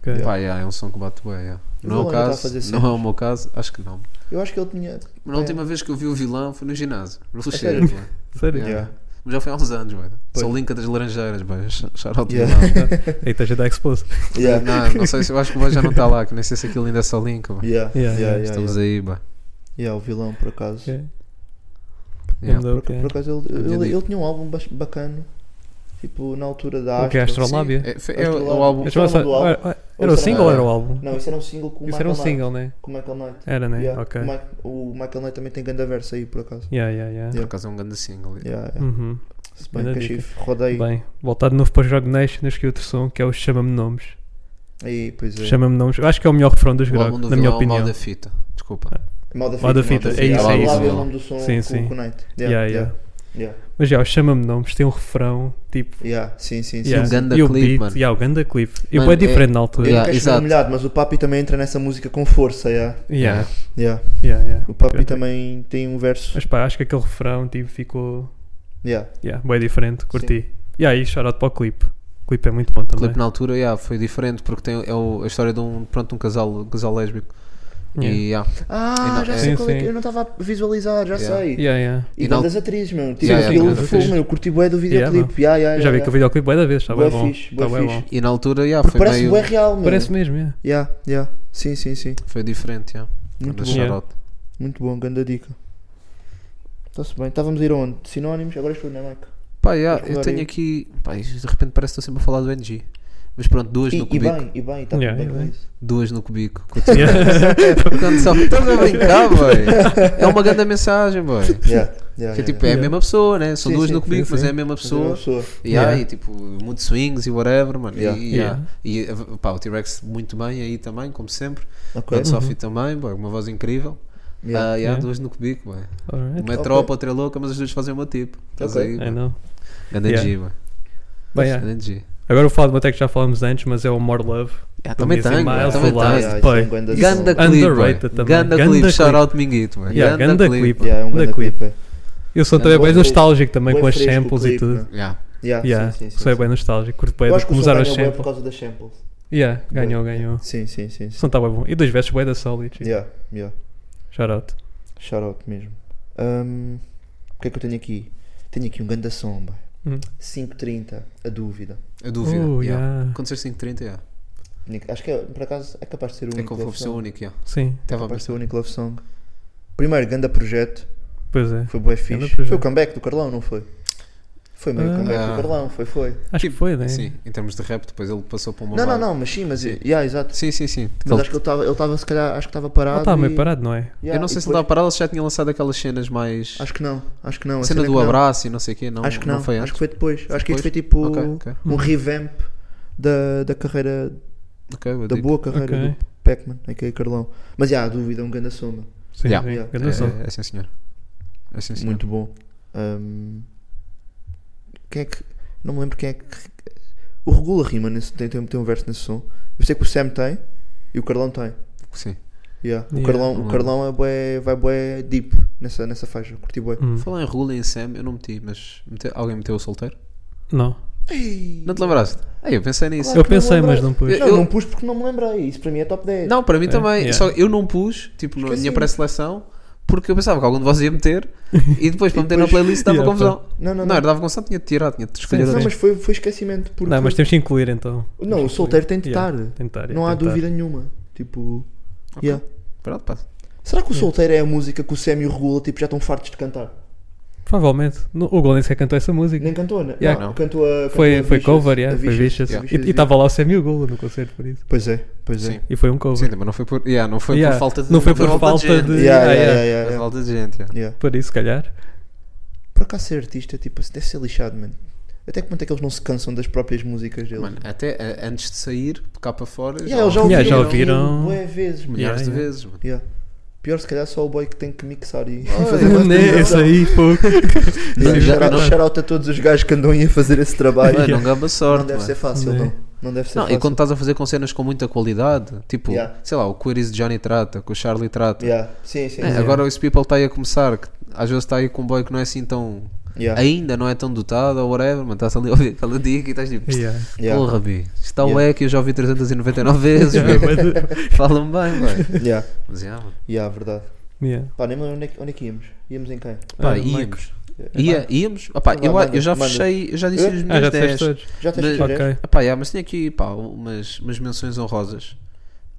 F: ok.
G: pá, yeah, é um som que bate bué. yeah.
E: O
G: Não é o
E: vilão ainda tá a
G: caso,
E: fazer
G: não é o meu caso, acho que não.
E: Eu acho que ele tinha.
G: Na
E: É.
G: última vez que eu vi o vilão foi no ginásio. No
E: sério?
G: Luxeiro, pá.
F: Sério?
G: Yeah.
E: Yeah.
G: Mas já foi há uns anos, mano. Sou Linka das Laranjeiras, mano. Shout out
E: Yeah.
G: yeah.
F: Aí estás a dar expose.
E: Yeah.
G: Não, não sei se eu acho que o boy já não está lá, que nem sei se aquilo ainda é só Linka, mano.
E: Yeah, yeah,
F: Yeah,
E: yeah,
G: Estamos
E: yeah.
G: aí, mano.
E: Yeah, o vilão, por acaso.
F: Yeah.
G: Yeah.
F: Andou,
E: Por,
F: ok. Então,
E: por acaso, ele,
G: Eu
E: ele,
G: digo.
E: ele tinha um álbum bas- bacana, tipo, na altura da
F: O que é
E: Astra.
F: Astral- Astrolábia?
G: Sim, é- foi- é o,
E: Astrolábia.
G: o álbum.
E: Eu
F: Mas, mas,
E: do álbum.
F: era- era,
E: Ou
F: o
E: será-
F: single ou era o álbum?
E: Não, isso era um single com o
F: Isso
E: Michael
F: era um
E: Knight.
F: single, né?
E: Com o Michael Knight.
F: Era, né?
E: Yeah,
F: Ok.
E: o, Mi- o Michael Knight também tem grande verso aí, por acaso.
F: Yeah, yeah, yeah.
G: Por acaso é um grande single.
E: Yeah, yeah.
F: Uhum.
E: Se bem
F: Grande
E: que chifre, roda aí.
F: Bem, voltar de novo para os Grog Nation, acho que é outro som, que é o Chama-me Nomes.
E: Aí, pois é.
F: Chama-me Nomes. Eu acho que é o melhor refrão dos
G: O álbum
F: Grog,
G: do
F: na minha
G: vilão é o mal
F: opinião. Ah,
G: da fita. Desculpa.
E: Mal da
F: Mal da fita, é isso,
G: é
E: Lá
G: isso.
E: vem o nome do som
F: Sim,
E: com
F: sim.
E: o Knight.
F: Yeah, yeah. Mas já, o Chama-me Nomes tem um refrão, tipo...
E: Yeah, sim, sim, sim.
F: yeah,
G: um ganda
F: e o
G: clipe,
F: beat,
G: mano.
F: Yeah, o ganda clip. E
G: Mano,
F: é diferente na
E: Eu
F: altura.
G: Yeah,
E: yeah,
G: exato.
E: humilhado, mas o Papi também entra nessa música com força, yeah.
F: Yeah,
E: Yeah.
F: yeah, yeah.
E: O Papi
F: Yeah.
E: também tem um verso.
F: Mas pá, acho que aquele refrão, tipo, ficou...
E: Yeah.
F: Yeah, bem diferente, curti. Yeah, e shout out para o clipe. O clipe é muito bom
G: O
F: também.
G: clipe na altura yeah, foi diferente porque tem é o- a história de um, pronto, um casal, um casal lésbico.
F: Yeah.
G: E, yeah.
E: Ah,
G: E
E: já
G: na-
E: sei
F: Sim,
E: qual é
F: sim.
E: que eu não estava a visualizar, já
G: Yeah.
E: sei.
F: Yeah, yeah.
E: E
G: E na-
E: das atrizes, meu. Tipo,
G: Yeah, yeah,
E: aquilo
G: grandes
E: foi,
G: atrizes.
E: mano, eu curti bué do
F: Yeah,
E: videoclipe. Yeah, yeah, yeah,
F: Já vi
E: yeah.
F: que o videoclipe bué da vez, está
E: Bué
F: bem bom.
E: fixe,
F: Tá
E: bué
F: bué
E: fixe.
F: bom.
G: E na altura yeah,
E: Porque
G: foi
E: parece
G: meio.
E: bué real, mano.
F: Parece mesmo, yeah.
E: Yeah, yeah. Sim, sim, sim.
G: Foi diferente. Yeah.
E: Muito
G: Mas
E: bom.
F: Yeah.
G: shout out.
E: Muito bom, grande dica. Está-se bem. Estávamos a ir aonde? Sinónimos? Agora és tu, não é, Mike?
G: Pá, yeah,
E: Vamos
G: eu
E: lá
G: tenho
E: aí.
G: aqui. Pá, isto de repente parece que estou sempre a falar do NG. Mas pronto, duas
E: E,
G: no
E: e
G: cubico.
E: bem, e bem, está
F: Yeah,
E: tudo bem
F: e
E: com
F: bem.
E: isso.
G: Duas no cubico. Continua. Quando só- Estás a brincar, boy. É uma grande mensagem, boy.
E: Yeah, yeah,
G: Que é
E: yeah,
G: tipo,
E: yeah.
G: é a mesma pessoa, né? São
E: Sim,
G: duas
E: sim,
G: no cubico,
F: sim,
G: mas
F: sim.
G: é a mesma
E: Mas é uma
G: pessoa.
E: pessoa.
G: E aí,
F: Yeah.
G: tipo, mood swings e whatever, mano.
E: Yeah.
G: E,
F: Yeah.
G: e, pá, o T-Rex muito bem aí também, como sempre.
E: Ok.
G: O Sophie também, boy, uma voz incrível.
E: Yeah.
G: Ah, yeah,
F: Yeah.
G: duas no cubico, boy.
F: Alright.
G: Uma é
E: Ok.
G: tropa, outra é louca, mas as duas fazem o meu tipo. Estás
E: Ok.
G: aí,
F: I
G: boy.
F: know.
G: Ganda
F: É, né? Yeah.
G: G, boy.
F: Bem, yeah.
G: Ganda G.
F: Agora vou falar de uma até que já falámos antes, mas é o More Love.
G: Yeah, também
F: dizem
G: tenho,
F: Miles
G: boy, Ah, também
F: Ah, Full
G: tenho.
F: Lies. pai.
E: Yeah, isso é um grande
G: Ganda
E: som.
F: Underrated
G: clipe, boy.
F: também.
G: Ganda
F: Ganda
G: clipe,
F: clipe.
G: shout out Minguito, boy.
F: Yeah, ganda clipe.
E: Yeah, é um
F: Ganda
E: grande
F: clipe.
E: clipe.
F: Eu sou
E: Não,
F: também
E: bué
F: bem
E: fresco.
F: nostálgico também
E: Bué
F: com as
E: fresco o
F: samples e
E: clipe,
F: tudo.
E: né?
G: Yeah.
E: Yeah,
F: Yeah,
E: sim, sim,
F: sou
E: sim,
F: bem nostálgico, curto bem
E: Eu
F: de
E: acho que o som
F: começar as
E: ganhou bué por
F: samples.
E: causa das samples.
F: Yeah, ganhou, ganhou.
E: Sim, sim, sim.
F: O
E: sim.
F: som estava bom. E dois versos bué da Solid.
E: Yeah, yeah.
F: Shout out.
E: Shout out mesmo. Ahm, o que é que eu tenho aqui? Tenho aqui um ganda sombra.
F: Hum.
E: 5.30, a dúvida.
G: A dúvida.
F: Oh,
G: yeah.
F: yeah.
G: Quando ser 530, yeah.
E: Único- Acho que é, por acaso é capaz de ser o
G: é
E: único.
G: como
E: love
G: foi ser
E: song.
G: único. Yeah.
F: Sim,
G: Tava a
E: Capaz de
G: pensar.
E: ser o único love song. Primeiro ganda projeto,
F: pois é.
E: foi bué
F: Ganda
E: fixe.
F: projeto.
E: Foi o comeback do Carlão, não foi? Foi meio
F: Ah.
E: comeback
G: Ah.
E: do Carlão, foi, foi.
F: Acho que foi, né?
G: Sim, em termos de rap, depois ele passou para uma.
E: Não, não,
G: vibe.
E: não, mas sim, mas.
G: Sim.
E: Yeah, exato.
G: Sim, sim, sim.
E: Mas acho que ele estava, ele estava se calhar, acho que estava Ah, tá, parado.
F: Ele estava meio
E: e-
F: parado, não é?
E: Yeah,
G: eu não sei
E: e
G: se ele estava
E: depois-
G: parado, se já tinha lançado aquelas cenas mais.
E: Acho que não, acho que não. a
G: cena
E: é
G: do
E: que não.
G: abraço e não sei o quê, não.
E: acho que não,
G: foi
E: acho que
G: antes.
E: foi depois. Acho que isto foi
G: Depois?
E: tipo
G: Ok, Uhum. ok.
E: um revamp da, da carreira,
G: Ok, eu
E: da
G: digo.
E: boa carreira
F: Ok.
E: do Pac-Man, a.k.a. Carlão. Mas já, há dúvida, um grande soma.
F: Sim,
G: Yeah.
F: sim.
E: Yeah.
F: Grande som.
G: É, é sim, senhor. É sim, senhor.
E: Muito bom. Ahm, quem é que. Não me lembro quem é que. O Regula rima, nesse, tem, tem, tem um verso nesse som. Eu sei que o Sam tem e o Carlão tem.
G: Sim.
E: Yeah. O,
F: Yeah.
E: Carlão, o
G: Hum.
E: Carlão é bué, vai bué deep nessa, nessa faixa, curti bué.
F: Hum.
G: Falar em Rula e em Sam, eu não meti, mas mete- alguém meteu o solteiro?
F: Não.
G: Não te lembraste? Aí eu pensei nisso.
E: Claro
F: Eu
E: que não
F: pensei, mas
E: lembrei.
F: não pus.
E: Não,
G: Eu-
E: não pus porque não me lembrei. Isso para mim é top 10.
G: Não, para mim
F: É,
G: também.
F: yeah.
G: Só eu não pus, tipo, na minha
E: Esqueci-me.
G: pré-seleção, porque eu pensava que algum de vocês ia meter e depois para meter na
E: depois-
G: playlist dava
F: Yeah,
G: confusão.
E: Não, não,
G: Não,
E: não.
G: era dava confusão, tinha de tirar, tinha de escolher
F: Sim,
E: Não,
G: outra.
E: mas foi, foi esquecimento. Porque
F: Não, mas temos que incluir então.
E: Não, o solteiro tem de estar.
F: Yeah, tem de estar, yeah,
E: não há
F: tem de
E: dúvida nenhuma. Tipo.
G: Ok.
E: yeah.
G: Pronto, passa.
E: Será que o solteiro é a música que o Sam e o Regula tipo, já estão fartos de cantar?
F: estar. Provavelmente. No- O Golden sequer cantou essa música.
E: Nem cantou, né?
F: Yeah.
E: não,
G: Não.
E: cantou a. cantou
F: Foi,
E: a
F: foi
E: Vicious,
F: cover, yeah,
E: a
F: foi
E: Vicious,
F: Vicious.
E: a
G: yeah.
E: Vicious,
F: E estava lá o Sam e o Golo no concerto, por isso.
E: Pois é, pois é.
G: Sim.
F: E foi um
G: Sim,
F: cover.
G: também não foi por. Yeah, não foi
F: Yeah.
G: por falta de
F: Não foi por falta
G: gente.
F: de-
E: Yeah,
F: Ah, yeah.
E: yeah, yeah, yeah,
G: Por
E: yeah.
G: falta de gente, yeah.
E: Yeah.
F: Por isso, se calhar.
E: Por acaso ser artista, tipo, assim, deve ser lixado, mano. Até que ponto é que eles não se cansam das próprias músicas deles?
G: Mano, até eh, antes de sair, cá para fora,
E: Yeah, eles já ouviram,
F: Yeah, já
E: aquilo
F: ouviram.
E: bué vezes, mano.
G: milhares
F: Yeah,
G: de
F: yeah.
G: vezes, mano.
E: Yeah. Pior se calhar só o boy que tem que mixar e
G: Oh,
E: fazer
G: yeah.
E: bastante
F: Né, Esse
E: edição.
F: aí, fogo.
E: Yeah,
G: Já-
E: shout-
G: não-
E: shout out a todos os gajos que andam aí a fazer esse trabalho.
F: é um
G: Mano, não gaba sorte,
E: não deve
G: mano.
E: ser fácil,
F: Né.
E: não. Não deve ser
G: Não,
E: fácil.
G: e quando estás a fazer com cenas com muita qualidade, tipo,
E: Yeah.
G: sei lá, o Queries de Johnny trata, que o Charlie trata.
E: Yeah. Sim, sim,
G: É,
E: sim.
G: Agora o Ace People está aí a começar, que às vezes está aí com um boy que não é assim tão.
E: Yeah.
G: ainda não é tão dotado ou whatever, mas estás ali a ouvir aquela dica e estás tipo,
F: Yeah.
E: Yeah.
G: porra, bi, isto está
E: Yeah.
G: o é que eu já ouvi 399 vezes,
F: Yeah,
G: bi.
F: mas-
G: fala-me bem, boy.
E: Yeah.
G: Mas yeah, mano.
E: Yeah, verdade.
F: yeah.
E: Pá, nem me lembro onde é que- onde é que íamos. Íamos em quem?
G: Pá,
F: Ah,
G: íamos. Ia, íamos. Opá,
E: Vai,
G: eu,
E: manda,
G: eu já
E: manda.
G: fechei, eu já disse
E: Eu?
G: os
F: Ah,
G: meus
F: já
G: 10.
F: disseste todos.
E: Já tens
G: Mas-
E: que dizer.
F: Ok.
G: Epá, yeah, mas tem aqui pá, umas, umas menções honrosas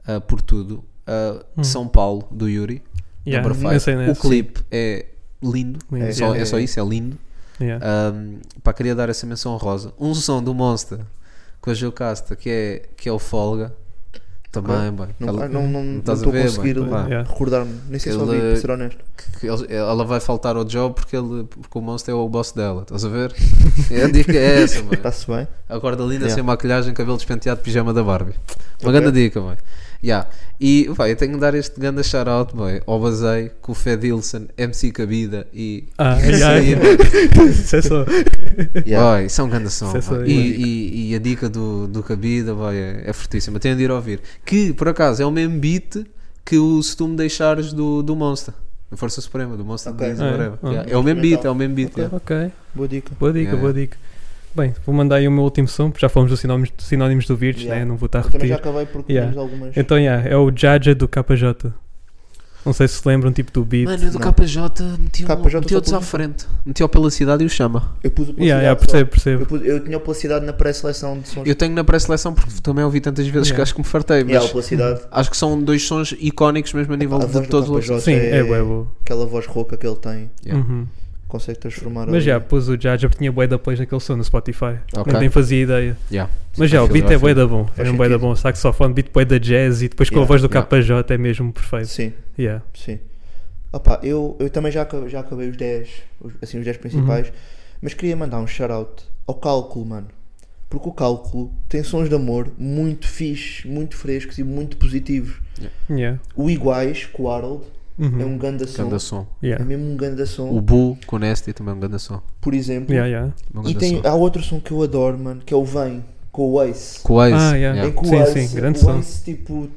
G: ah, por tudo. Ah, São Paulo, do Yuri.
F: Hum. Yeah,
G: number five.
F: pensei nessa.
G: O clipe é lindo.
F: Lindo.
G: É, só,
E: É.
G: é só isso, é lindo.
F: Yeah.
G: Ahm, pá, queria dar essa menção honrosa. Um som do Monster com a Geocasta, que é, que é o Folga. Também, bem.
E: Não,
G: Ela-
E: ah, não, não, não
G: estás a
E: estou a
G: ver,
E: conseguir
G: bem, pá.
F: Yeah.
E: recordar-me. Nem sei se
G: Aquele-
E: ouvi, para ser honesto.
G: que eles- ela vai faltar ao job porque, ele, porque o Monster é o boss dela, estás a ver? É a dica é essa, mano.
E: Está-se bem?
G: Acorda linda,
E: Yeah.
G: sem maquilhagem, cabelo despenteado, pijama da Barbie. Uma
E: Ok.
G: grande dica, mãe. Yeah. E pá, eu tenho de dar este grande shout-out boy, ao Basei, com o Fedilson, MC Cabida e.
F: Ah, yeah,
G: Sim,
F: yeah. Isso é só.
E: Yeah.
G: Boy, isso é um grande som.
F: Isso é só
G: boy.
F: aí,
G: E,
F: uma
G: e- e a dica do, do Cabida boy, é, é fortíssima. Tenho de ir ouvir. Que, por acaso, é o mesmo beat que o Se Tu Me Deixares do, do Monster. Da Força Suprema, do Monster
E: Ok.
G: de
E: Então.
G: Diz,
F: Ah, é?
G: whatever.
F: Ah.
G: Yeah. É o mesmo beat, é o mesmo beat.
E: Ok.
G: yeah.
F: Ok.
E: Boa dica.
F: Boa dica,
G: Yeah.
F: boa dica. Bem, vou mandar aí o meu último som, porque já falamos dos sinónimos, sinónimos do Virtus,
E: Yeah.
F: né? não vou estar a
E: Eu também já
F: repetir.
E: acabei porque
F: Yeah.
E: temos algumas.
F: Então, yeah, é o Jaja do KJ. Não sei se se lembram, tipo do beat.
G: Mano, eu do
E: Não.
G: KJ meteu-
E: KJ só
G: meteu-te
E: por
G: à
E: um.
G: frente. Meteu pela cidade e o chama.
E: Eu pus o
F: yeah, yeah,
E: é só.
F: percebo, percebo.
E: Eu, pus- eu tinha o placidade na pré-seleção de sons.
G: Eu tenho na pré-seleção porque também ouvi tantas vezes
F: Yeah.
G: que acho que me fartei, mas
E: Yeah, o placidade.
G: acho que são dois sons icónicos mesmo a nível
E: a voz
G: de
E: do
G: todos os
E: KJ.
G: outros.
E: eu-
F: Sim, é,
E: é-
F: bué bom.
E: Aquela voz rouca que ele tem.
G: Yeah.
F: Uhum.
E: Consegue transformar.
F: Mas
E: ali.
F: já, pôs o Jaja porque tinha bué da plays naquele som no Spotify.
G: Ok.
F: Nem, nem fazia ideia.
G: Yeah.
F: Mas já, o beat é bué da bom. É
E: Faz
F: um bué da
E: sentido.
F: bom. Saxofone, beat bué da jazz e depois com
E: Yeah,
F: a voz do
G: yeah.
F: KJ é mesmo perfeito.
E: Sim,
F: Yeah.
E: sim. Opa, eu, eu também já acabei, já acabei os 10, os- assim, os 10 principais. Mas queria mandar um shout-out ao cálculo, mano. Porque o cálculo tem sons de amor muito fixe, muito frescos e muito positivos.
F: Yeah.
E: O Iguais, com o Harold,
F: Uhum.
E: é um ganda som.
G: Ganda som.
E: É
F: Yeah.
E: mesmo um ganda som,
G: O Bu com Nasty também é um ganda som.
E: por exemplo.
F: Yeah, yeah.
G: Um
E: E
G: ganda som.
E: tem, há outro som que eu adoro, mano, que é o Vem, com o Ace.
G: Com o Ace.
F: Ah, yeah.
G: yeah.
E: Em que o
F: Sim,
E: Ace,
F: sim, grande
E: o
F: som.
E: Ace, tipo,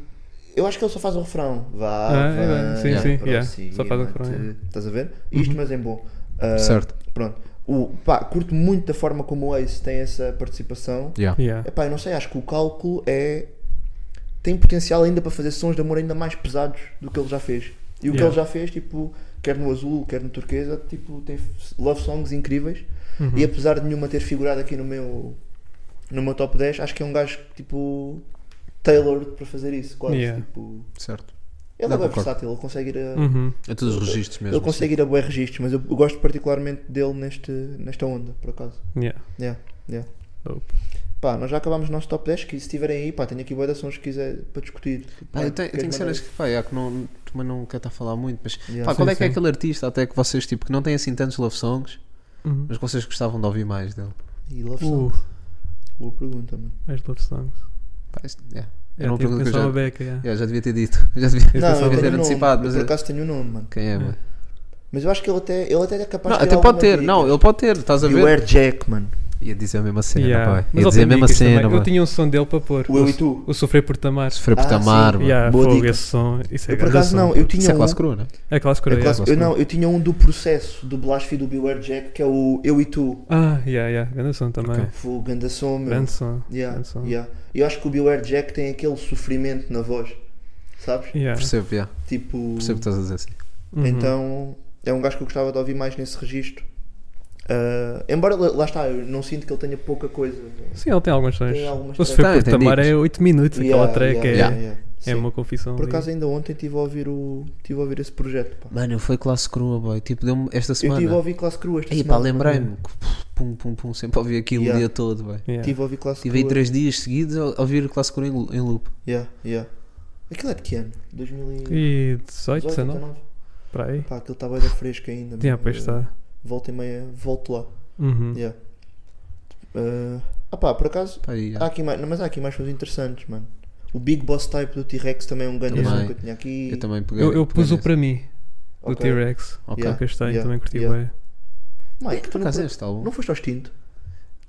E: eu acho que ele só faz o refrão. Vá,
F: Ah,
E: vem,
F: é, sim, sim, yeah,
E: prossiga-te.
F: só faz o refrão, é. Uhum. yeah.
E: Estás a ver? Isto, mas em bom. Ah,
G: Certo.
E: Pronto. O, pá, curto muito da forma como o Ace tem essa participação.
G: Yeah.
F: Yeah.
E: Epá, eu não sei, acho que o cálculo é. tem potencial ainda para fazer sons de amor ainda mais pesados do que ele já fez. E o que
F: Yeah.
E: ele já fez, tipo, quer no azul, quer no turquesa, tipo, tem f- love songs incríveis.
F: Uhum.
E: E
F: Hum.
E: apesar de nenhuma ter figurado aqui no meu, no meu top 10, acho que é um gajo, tipo, tailored para fazer isso, quase.
F: Yeah.
E: Tipo,
G: Certo.
E: ele
G: Não,
E: é bem
G: concordo.
E: versátil, ele consegue ir a.
F: Uhum.
G: É todos os registros mesmo. assim.
E: Ele consegue ir a bué registros, mas eu eu gosto particularmente dele neste, nesta onda, por acaso.
F: Yeah.
E: Yeah, yeah.
F: Dope.
E: Pá, nós já acabámos o nosso top 10, que se estiverem aí, pá, tenho aqui boia de sons que quiser para discutir. Tipo,
G: Pá, Ah, eu tenho, eu
E: Queres
G: tenho
E: mandar
G: cenas que, pá, yeah, que não, também não quero estar a falar muito, mas
E: Yeah.
G: pá, qual
F: Sim,
G: é que é
F: sim.
G: aquele artista até que vocês tipo que não têm assim tantos love songs,
F: Uhum.
G: mas que vocês gostavam de ouvir mais dele?
E: E love
F: Uh,
E: songs. Boa pergunta, mano.
F: mais love songs.
G: Pá, isso- yeah.
F: É,
G: Era uma
F: tipo,
G: pergunta que eu
F: pensava
G: já-
F: beca, yeah.
G: Yeah, já devia ter dito. Já devia
F: Eu
E: Não,
F: pensava que
E: eu tenho
G: ter
E: um nome,
G: antecipado, mas
E: eu por
G: é-
E: acaso tenho o nome, mano.
G: quem é, mano?
E: Mas eu acho que ele até, ele até é capaz
G: Não,
E: de ter
G: até pode
E: alguma
G: ter,
E: dica.
G: não, ele pode ter, estás a
E: E o
G: ver?
E: Air Jack, mano.
G: Ia dizer a mesma cena,
F: Yeah.
G: yeah.
F: Mas
G: Ia
F: ele
G: dizer a
F: tem
G: mesma
F: dicas também.
G: cena,
F: Eu
G: boa.
F: tinha um som dele para pôr.
E: O Eu
F: o,
E: e Tu.
F: o Sofrer por Tamar.
G: Se for por
E: Ah,
G: Tamar,
E: sim.
G: boa.
F: Yeah,
E: Boa
F: fogo,
E: dica.
F: esse som. Isso é
E: Eu por
F: grande
E: acaso
F: som.
E: não, eu
G: Isso
E: tinha
G: é
E: um.
G: classe crua, né?
F: É classe
E: é
F: coreia.
E: classe-
G: yeah.
E: eu não, eu tinha um do processo do Blasphemy do Beware Jack, que é o Eu e Tu.
F: Ah, yeah, yeah. Grande som também.
G: Ok.
E: Fogo, ganda som, meu.
F: Grande som.
E: Yeah,
F: grande som.
E: yeah. Eu acho que o Beware Jack tem aquele sofrimento na voz, sabes?
F: Yeah.
G: Percebo, yeah.
E: Tipo.
G: Percebo o que estás a dizer, sim.
F: Uhum.
E: Então é um gajo que eu gostava de ouvir mais nesse registro. Ah, embora lá lá está, eu não sinto que ele tenha pouca coisa.
F: Sim, ele tem algumas sons.
E: Tem algumas
F: O Sofrer por
G: tracks. Tem, tem
F: Tamar é
G: dicas.
F: 8 minutos. Aquela track é-
G: yeah,
F: é
E: Sim.
F: uma confissão.
E: Por
F: ali.
E: acaso ainda ontem estive a ouvir o. Estive a ouvir esse projeto. Pá.
G: Mano, eu fui classe crua, boy. Tipo, deu-me esta
E: Eu estive a
G: semana.
E: ouvir classe crua esta
G: Aí, pá,
E: semana.
G: lembrei-me. que, puf, Pum, pum, pum. Sempre ouvi aquilo
E: Yeah.
G: o dia todo, boy.
F: Yeah.
E: Estive a ouvir classe
G: Tive aí
E: crua.
G: três dias seguidos a ouvir classe crua em lu- em loop.
E: Yeah, yeah. Aquilo é de que ano? 2018,
F: E 18, 19,
E: 19?
F: para aí.
E: então Pá, aquilo estava ainda fresco ainda.
F: Yeah,
E: mano.
F: pois tá. está.
E: Volta e meia, volto lá.
F: Uhum.
E: Yeah. Ah, ah pá, por acaso,
G: Pá, aí,
E: Há
G: yeah.
E: aqui mais, mas há aqui mais coisas interessantes, mano. O Big Boss Type do T-Rex também é um grande
G: Também.
E: assunto que eu tinha aqui.
G: Eu também peguei.
F: Eu, eu
G: peguei
F: pus o
G: nesse.
F: para mim, do
E: Ok.
F: T-Rex.
G: Ok.
F: Que eu gostei,
E: Yeah,
F: também curti
E: yeah.
F: bem.
E: Mike, tu
G: Por
E: não,
G: acaso
E: pro-
G: este álbum?
E: não foste ao extinto?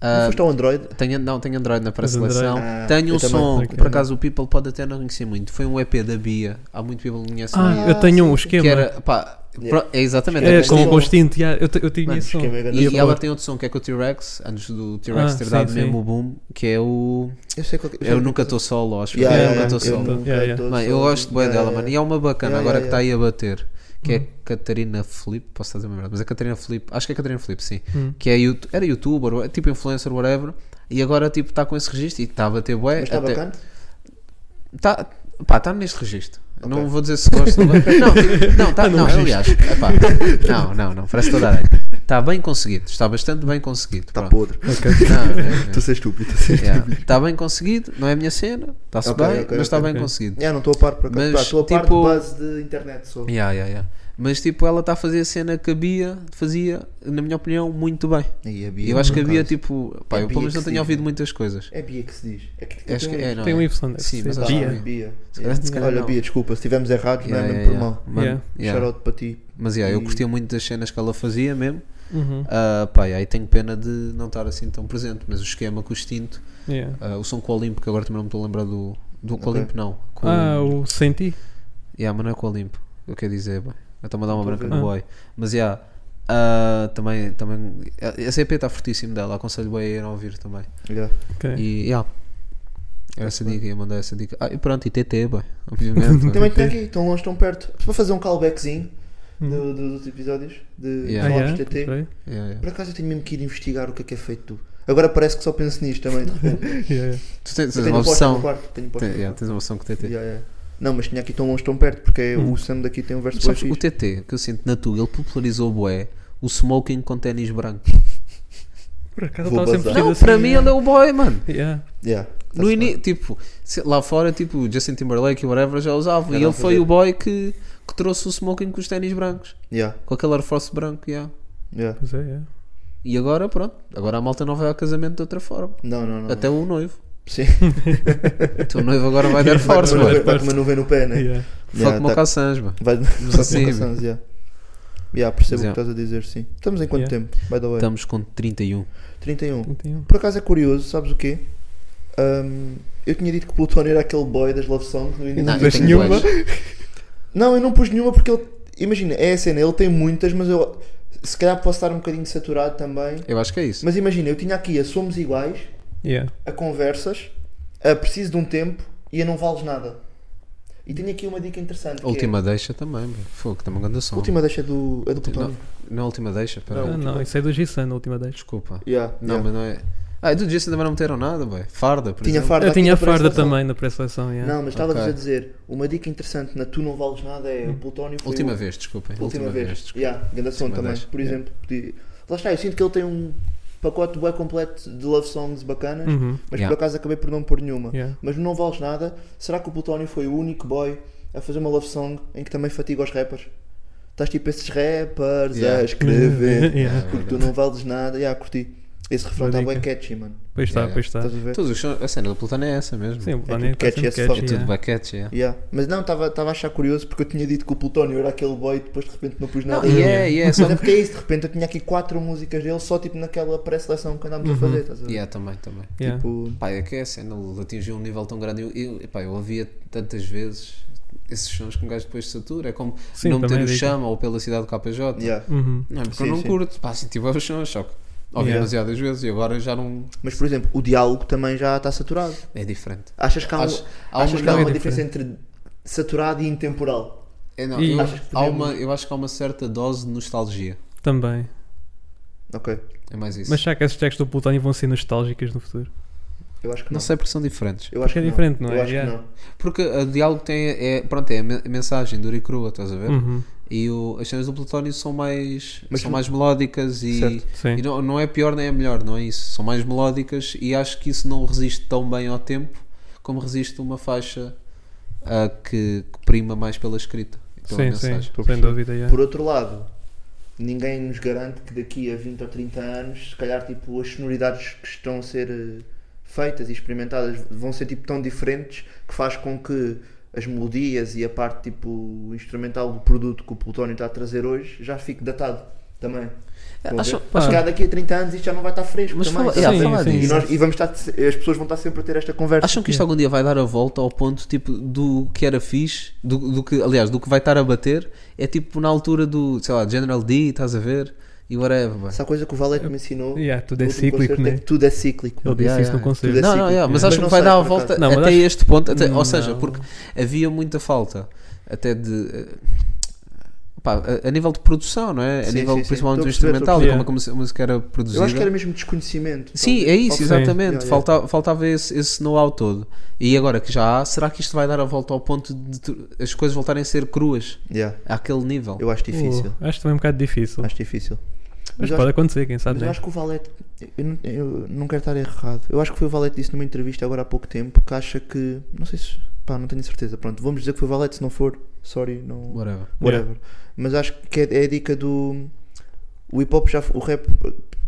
G: Ah,
E: não foste ao Android?
G: Tenho, não, tenho Android na pré-seleção.
E: Android. Ah,
G: tenho
E: eu
G: um
E: também.
G: som que,
F: Ok.
G: por acaso, o People pode até não conhecer muito. Foi um EP da Bia. Há muito People que conhece.
F: Ah,
G: muito.
F: eu tenho um esquema.
G: que era, pá,
E: Yeah.
G: Pro- é exatamente.
F: É,
G: é
F: com
E: um
F: o
G: com-
F: gostinho, yeah, eu, te- eu tinha
G: Mano,
F: isso.
E: que é mega
G: E,
E: da-
G: e ela tem outro som que é com o T-Rex, antes do T-Rex
F: Ah,
G: ter
F: sim,
G: dado
F: sim.
G: mesmo o boom, que é o.
E: Eu sei qual que
G: Eu nunca estou solo, acho.
E: Yeah,
G: eu
E: yeah,
G: nunca
E: yeah,
G: estou
E: eu
G: solo.
E: nunca
F: Yeah, yeah.
E: tô um
G: Mano, eu
E: solo.
G: gosto bem
E: Yeah,
G: dela,
E: yeah,
G: mano. E é uma bacana,
E: Yeah,
G: agora
E: yeah,
G: que está aí a bater. Que
F: Uhum.
G: é Catarina Flip, posso estar a dizer merda, mas a Catarina Flip, acho que é a Catarina Flip, sim.
F: Uhum.
G: Que é, you- era youtuber, tipo influencer, whatever. E agora, tipo, está com esse registro e está a bater bué.
E: Mas está
G: é até-
E: bacana?
G: Tá, pá, tá neste registro. Não vou dizer se gosto. não, tipo, não, tá, não, aliás. epá, não, não, não, parece toda a área. Está bem conseguido, está bastante bem conseguido.
E: Está
G: pronto.
E: Tá podre.
F: Ok.
G: Não, não, não.
E: Estou a ser estúpido, estou a ser
G: Yeah,
E: estúpido.
G: Está bem conseguido, não é a minha cena, está-se
E: Ok,
G: bem,
E: ok,
G: mas está
E: ok,
G: bem
F: ok.
G: conseguido.
E: Yeah, É, não estou a par por acaso.
G: Mas,
E: Pá, Estou a par
G: tipo-
E: de base de internet só.
G: Yeah, yeah, yeah. Mas tipo, ela está a fazer a cena que a Bia fazia, na minha opinião, muito bem.
E: E a
G: E
E: Bia,
G: eu acho
E: por
G: que a Bia,
E: acaso.
G: tipo, pá,
E: É
G: eu pelo menos
E: Bia
G: não
E: que
G: tenho
E: sim,
G: ouvido
E: mano.
G: muitas coisas.
E: É Bia que se diz. É que
G: Acho que é, não
F: Tem
G: é?
F: um Y, né?
G: Sim, mas
F: Sim,
G: acho
F: tá.
G: que é Bia.
E: Bia.
G: Se calhar- se calhar
E: Olha,
G: não.
E: Bia, desculpa, se estivermos errados,
G: Yeah,
E: não
G: yeah,
E: é mesmo por
G: yeah.
E: mal.
G: Mano,
F: Yeah.
G: yeah.
E: Shout out para ti.
G: Mas yeah, eu
E: E-
G: curtia muito das cenas que ela fazia mesmo.
F: Uhum.
G: Ah, pá, e aí tenho pena de não estar assim tão presente, mas o esquema com o Extinto,
F: Yeah.
G: ah, o som com o Olimpo, que agora também não me estou a lembrar do. Do com o
E: Ok.
G: Olimpo, não. Com,
F: Ah, o senti.
G: yeah, mas não é com o Olimpo, eu quero dizer, bem. Eu estou a dar uma branca
F: Ah.
G: no boy. Mas yeah, ah, também, também. Essa EP está fortíssimo dela, aconselho bem a ir a ouvir também.
E: Yeah.
F: Ok.
G: E yeah, era essa dica, ia mandar essa dica. Ah, e pronto, e TT, bem, obviamente. bem.
E: Também tem aqui, tão longe, tão perto. Para fazer um callbackzinho do- do- dos episódios de
G: Uhum. Yeah.
F: Ah,
E: falarmos
F: yeah,
E: de TT.
F: ok.
G: Yeah, yeah.
E: Por acaso eu tenho mesmo que ir investigar o que é que é feito tu. Agora parece que só penso nisto também. de
F: Yeah,
E: repente.
F: yeah.
G: Tu tens,
E: Eu
G: tens uma
E: tenho posta no
G: opção.
E: quarto, tenho posta
G: Tem-
E: no
G: yeah,
E: quarto.
G: tens uma opção com o TT.
E: Yeah, yeah. Não, mas tinha aqui tão longe, tão perto, porque é-
G: Uhum.
F: Hum.
E: o Sam daqui tem um verso bem
G: Sabes, o
E: fixe.
G: TT, que eu sinto na Tuga, ele popularizou bué o smoking com ténis branco.
F: Por acaso
E: Vou
F: estava sempre
E: bazar.
F: vestido
G: Não,
F: assim.
G: para mim ele é o boy, mano.
F: Yeah.
E: Yeah, tá tá-se
G: No
E: bem.
G: ini- tipo, se- lá fora, tipo, o Justin Timberlake e whatever já usavam.
E: Já
G: E
E: não
G: ele foi
E: fazia.
G: o boy que, que trouxe o smoking com os ténis brancos.
E: Yeah,
G: Com aquele Air Force branco, yeah.
E: yeah.
F: Pois é, yeah.
G: E agora, pronto. Agora a malta não vai ao casamento de outra forma.
E: Não, não, não.
G: Até o noivo.
E: Sim.
G: O teu noivo agora vai dar
E: Vai
G: force,
E: com uma-
G: mano.
E: vai com uma nuvem no pé, né?
F: Yeah.
G: Foco
E: Yeah,
G: como o
E: tá-
G: Cassans, mano.
E: Vai
G: Mas
E: Só
G: assim,
E: com canções, yeah. Yeah, percebo
G: Mas,
E: o que estás a dizer, sim. Estamos em quanto
F: Yeah.
E: tempo? By the way.
G: Estamos com 31.
E: 31.
F: Tem um.
E: Por acaso é curioso, sabes o quê? Ahm, eu tinha dito que o Plutónio era aquele boy das love songs no início.
G: Não, eu
F: Mas
G: tenho
F: nenhuma.
G: dois.
E: Não, eu não pus nenhuma porque ele. Imagina, é a cena, ele tem muitas, mas eu. Se calhar posso estar um bocadinho saturado também.
G: Eu acho que é isso.
E: Mas imagina, eu tinha aqui a Somos Iguais,
F: Yeah.
E: a Conversas, a Preciso de um Tempo e a Não Vales Nada. E tenho aqui uma dica interessante. que
G: A última deixa também, mano. Fogo, também um grande som.
E: É, a última deixa do, é do Plutónio.
G: Não é a última deixa, pera.
F: Ah, não, isso é do Gissan, na última 10.
G: Desculpa.
E: Yeah,
G: Não,
E: yeah.
G: mas não é. Ah, e do Jason também não meteram nada, boy. Farda, por
E: Tinha
G: exemplo.
E: farda
F: Eu
E: aqui
F: tinha a
E: na
F: farda
E: pré-seleção.
F: também na pré-seleção. Yeah.
E: Não, mas estava
G: Ok.
E: a dizer, uma dica interessante na Tu Não Vales Nada é o
F: Hum.
E: Plutónio foi
G: Última
E: o-
G: vez, desculpem.
E: Última, vez.
G: desculpa.
E: Yeah, grande som
G: Última
E: também,
G: vez.
E: por
G: Yeah.
E: exemplo. podia- Lá está, eu sinto que ele tem um pacote bem completo de love songs bacanas,
F: Uhum.
E: mas
G: Yeah.
E: por acaso acabei por não pôr nenhuma.
F: Yeah.
E: Mas não vales nada. Será que o Plutónio foi o único boy a fazer uma love song em que também fatiga os rappers? Estás tipo esses rappers
G: Yeah.
E: a escrever
F: Yeah. é
E: porque tu não vales nada. Yeah, curti. Esse
F: Boa
E: refrão está bem
F: dica. Tá.
E: catchy, mano.
F: Pois está,
G: Yeah, tá
F: pois está.
E: Estás a ver?
G: Todos os sons- a cena do Plutano é essa mesmo.
F: Sim, o
E: tudo
F: Planet
E: catchy as fuck.
G: É tudo
F: yeah.
G: baquete, yeah.
E: Yeah. Mas não, estava a achar curioso porque eu tinha dito que o Plutónio era aquele boy e depois de repente não pus nada.
G: Não, e é, e é, só.
E: Mas é porque é isso, de repente eu tinha aqui quatro músicas dele só tipo naquela pré-seleção que andámos
F: Uhum.
E: a fazer, estás a ver?
G: Yeah, também, também.
F: Yeah.
E: Tipo,
G: Pá, é que é a cena, ele atingiu um nível tão grande. Eu, eu, epá, eu ouvia tantas vezes esses sons que um gajo depois satura. É como
F: Sim,
G: não meter
F: também
G: o
F: digo.
G: chama ou pela cidade do KJ.
E: yeah.
F: Uhum.
G: Não, é porque
E: Sim,
G: eu não
E: sim.
G: curto. Pá, senti bem os sons, só que ouvi
F: Yeah.
G: demasiadas vezes e agora já não.
E: Mas por exemplo, o diálogo também já está saturado.
G: É diferente.
E: Achas que há, um-
G: Acho- há
E: achas
G: uma-
E: que há
F: não, é
E: uma diferença entre saturado e intemporal?
G: É, não,
F: E-
G: eu,
E: Achas que
G: há
E: podemos-
G: uma, eu acho que há uma certa dose de nostalgia.
F: Também.
E: Ok,
G: É mais isso.
F: Mas será que esses textos do Plutónio vão ser nostálgicas no futuro?
E: eu acho que não.
G: não sei porque são diferentes.
E: Eu acho
F: é diferente, não é?
E: Eu acho
F: Yeah.
E: que não.
G: Porque o diálogo tem. É, pronto, é a me- a mensagem dura e crua, estás a ver?
F: Uhum.
G: E o- as cenas do Plutónio são mais.
E: Mas
G: são
E: tu-
G: mais melódicas e.
E: Certo.
F: Sim.
G: e não, não é pior nem é melhor, não é isso. São mais melódicas e acho que isso não resiste tão bem ao tempo como resiste uma faixa ah, que, que prima mais pela escrita. e Pela
F: Sim,
G: mensagem.
F: sim. Sem dúvida, yeah.
E: Por outro lado, ninguém nos garante que daqui a 20 ou 30 anos, se calhar tipo, as sonoridades que estão a ser eh, feitas e experimentadas vão ser tipo, tão diferentes que faz com que as melodias e a parte tipo, instrumental do produto que o Plutónio está a trazer hoje já fique datado. Também.
G: É, acho-
E: Acho,
G: acho-
E: acho que daqui a 30 anos isto já não vai estar fresco
G: Mas
E: também.
G: fala, yeah,
F: Ah. Sim,
G: falar
F: sim,
E: E,
G: disso.
E: nós, e vamos estar, as pessoas vão estar sempre a ter esta conversa.
G: Acham que isto algum dia vai dar a volta ao ponto tipo do que era fixe, do, do que, aliás, do que vai estar a bater, é tipo na altura do, sei lá, General D, estás a ver? E whatever, bué.
E: Essa coisa que o Valete me ensinou.
F: Yeah, tudo é
E: no último
F: cíclico,
E: concerto é
F: né?
E: que tudo é cíclico.
F: Ele disse
G: Yeah,
F: isso
G: yeah.
F: no concerto.
E: Tudo é
G: Não, não,
E: cíclico,
G: yeah, mas
E: mas
G: acho
E: não
G: que vai
E: sei,
G: dar a
E: por
G: volta
E: acaso.
F: Não, mas
G: até
F: acho- Hum,
G: este ponto, até- ou
F: Não,
G: seja,
F: não.
G: porque havia muita falta até de. eh, pá, a, a nível de produção, não é? A
E: Sim,
G: nível
E: sim, sim.
G: principalmente
E: Estou
G: do
E: a perceber,
G: instrumental, de
F: estou a
G: como a mus- a música era
E: Eu
G: produzida.
E: acho que era mesmo desconhecimento.
G: Sim,
E: talvez.
G: é isso,
F: Sim.
G: exatamente.
E: Yeah, yeah.
G: Falta- Faltava esse, esse know-how todo. E agora que já há, será que isto vai dar a volta ao ponto de tu- as coisas voltarem a ser cruas?
E: Yeah,
G: Àquele nível?
E: Eu acho difícil.
F: Uh, acho também um bocado difícil.
E: Acho difícil.
F: mas
E: eu
F: pode
E: acho-
F: acontecer, quem sabe.
E: Mas eu
F: né?
E: acho que o Valete, eu não, eu não quero estar errado. Eu acho que foi o Valete que disse numa entrevista agora há pouco tempo que acha que. Não sei se. Pá, não tenho certeza. Pronto, vamos dizer que foi o Valete, se não for. Sorry, não.
G: Whatever.
E: Whatever. Mas acho que é, é a dica do. O hip hop já. f- O rap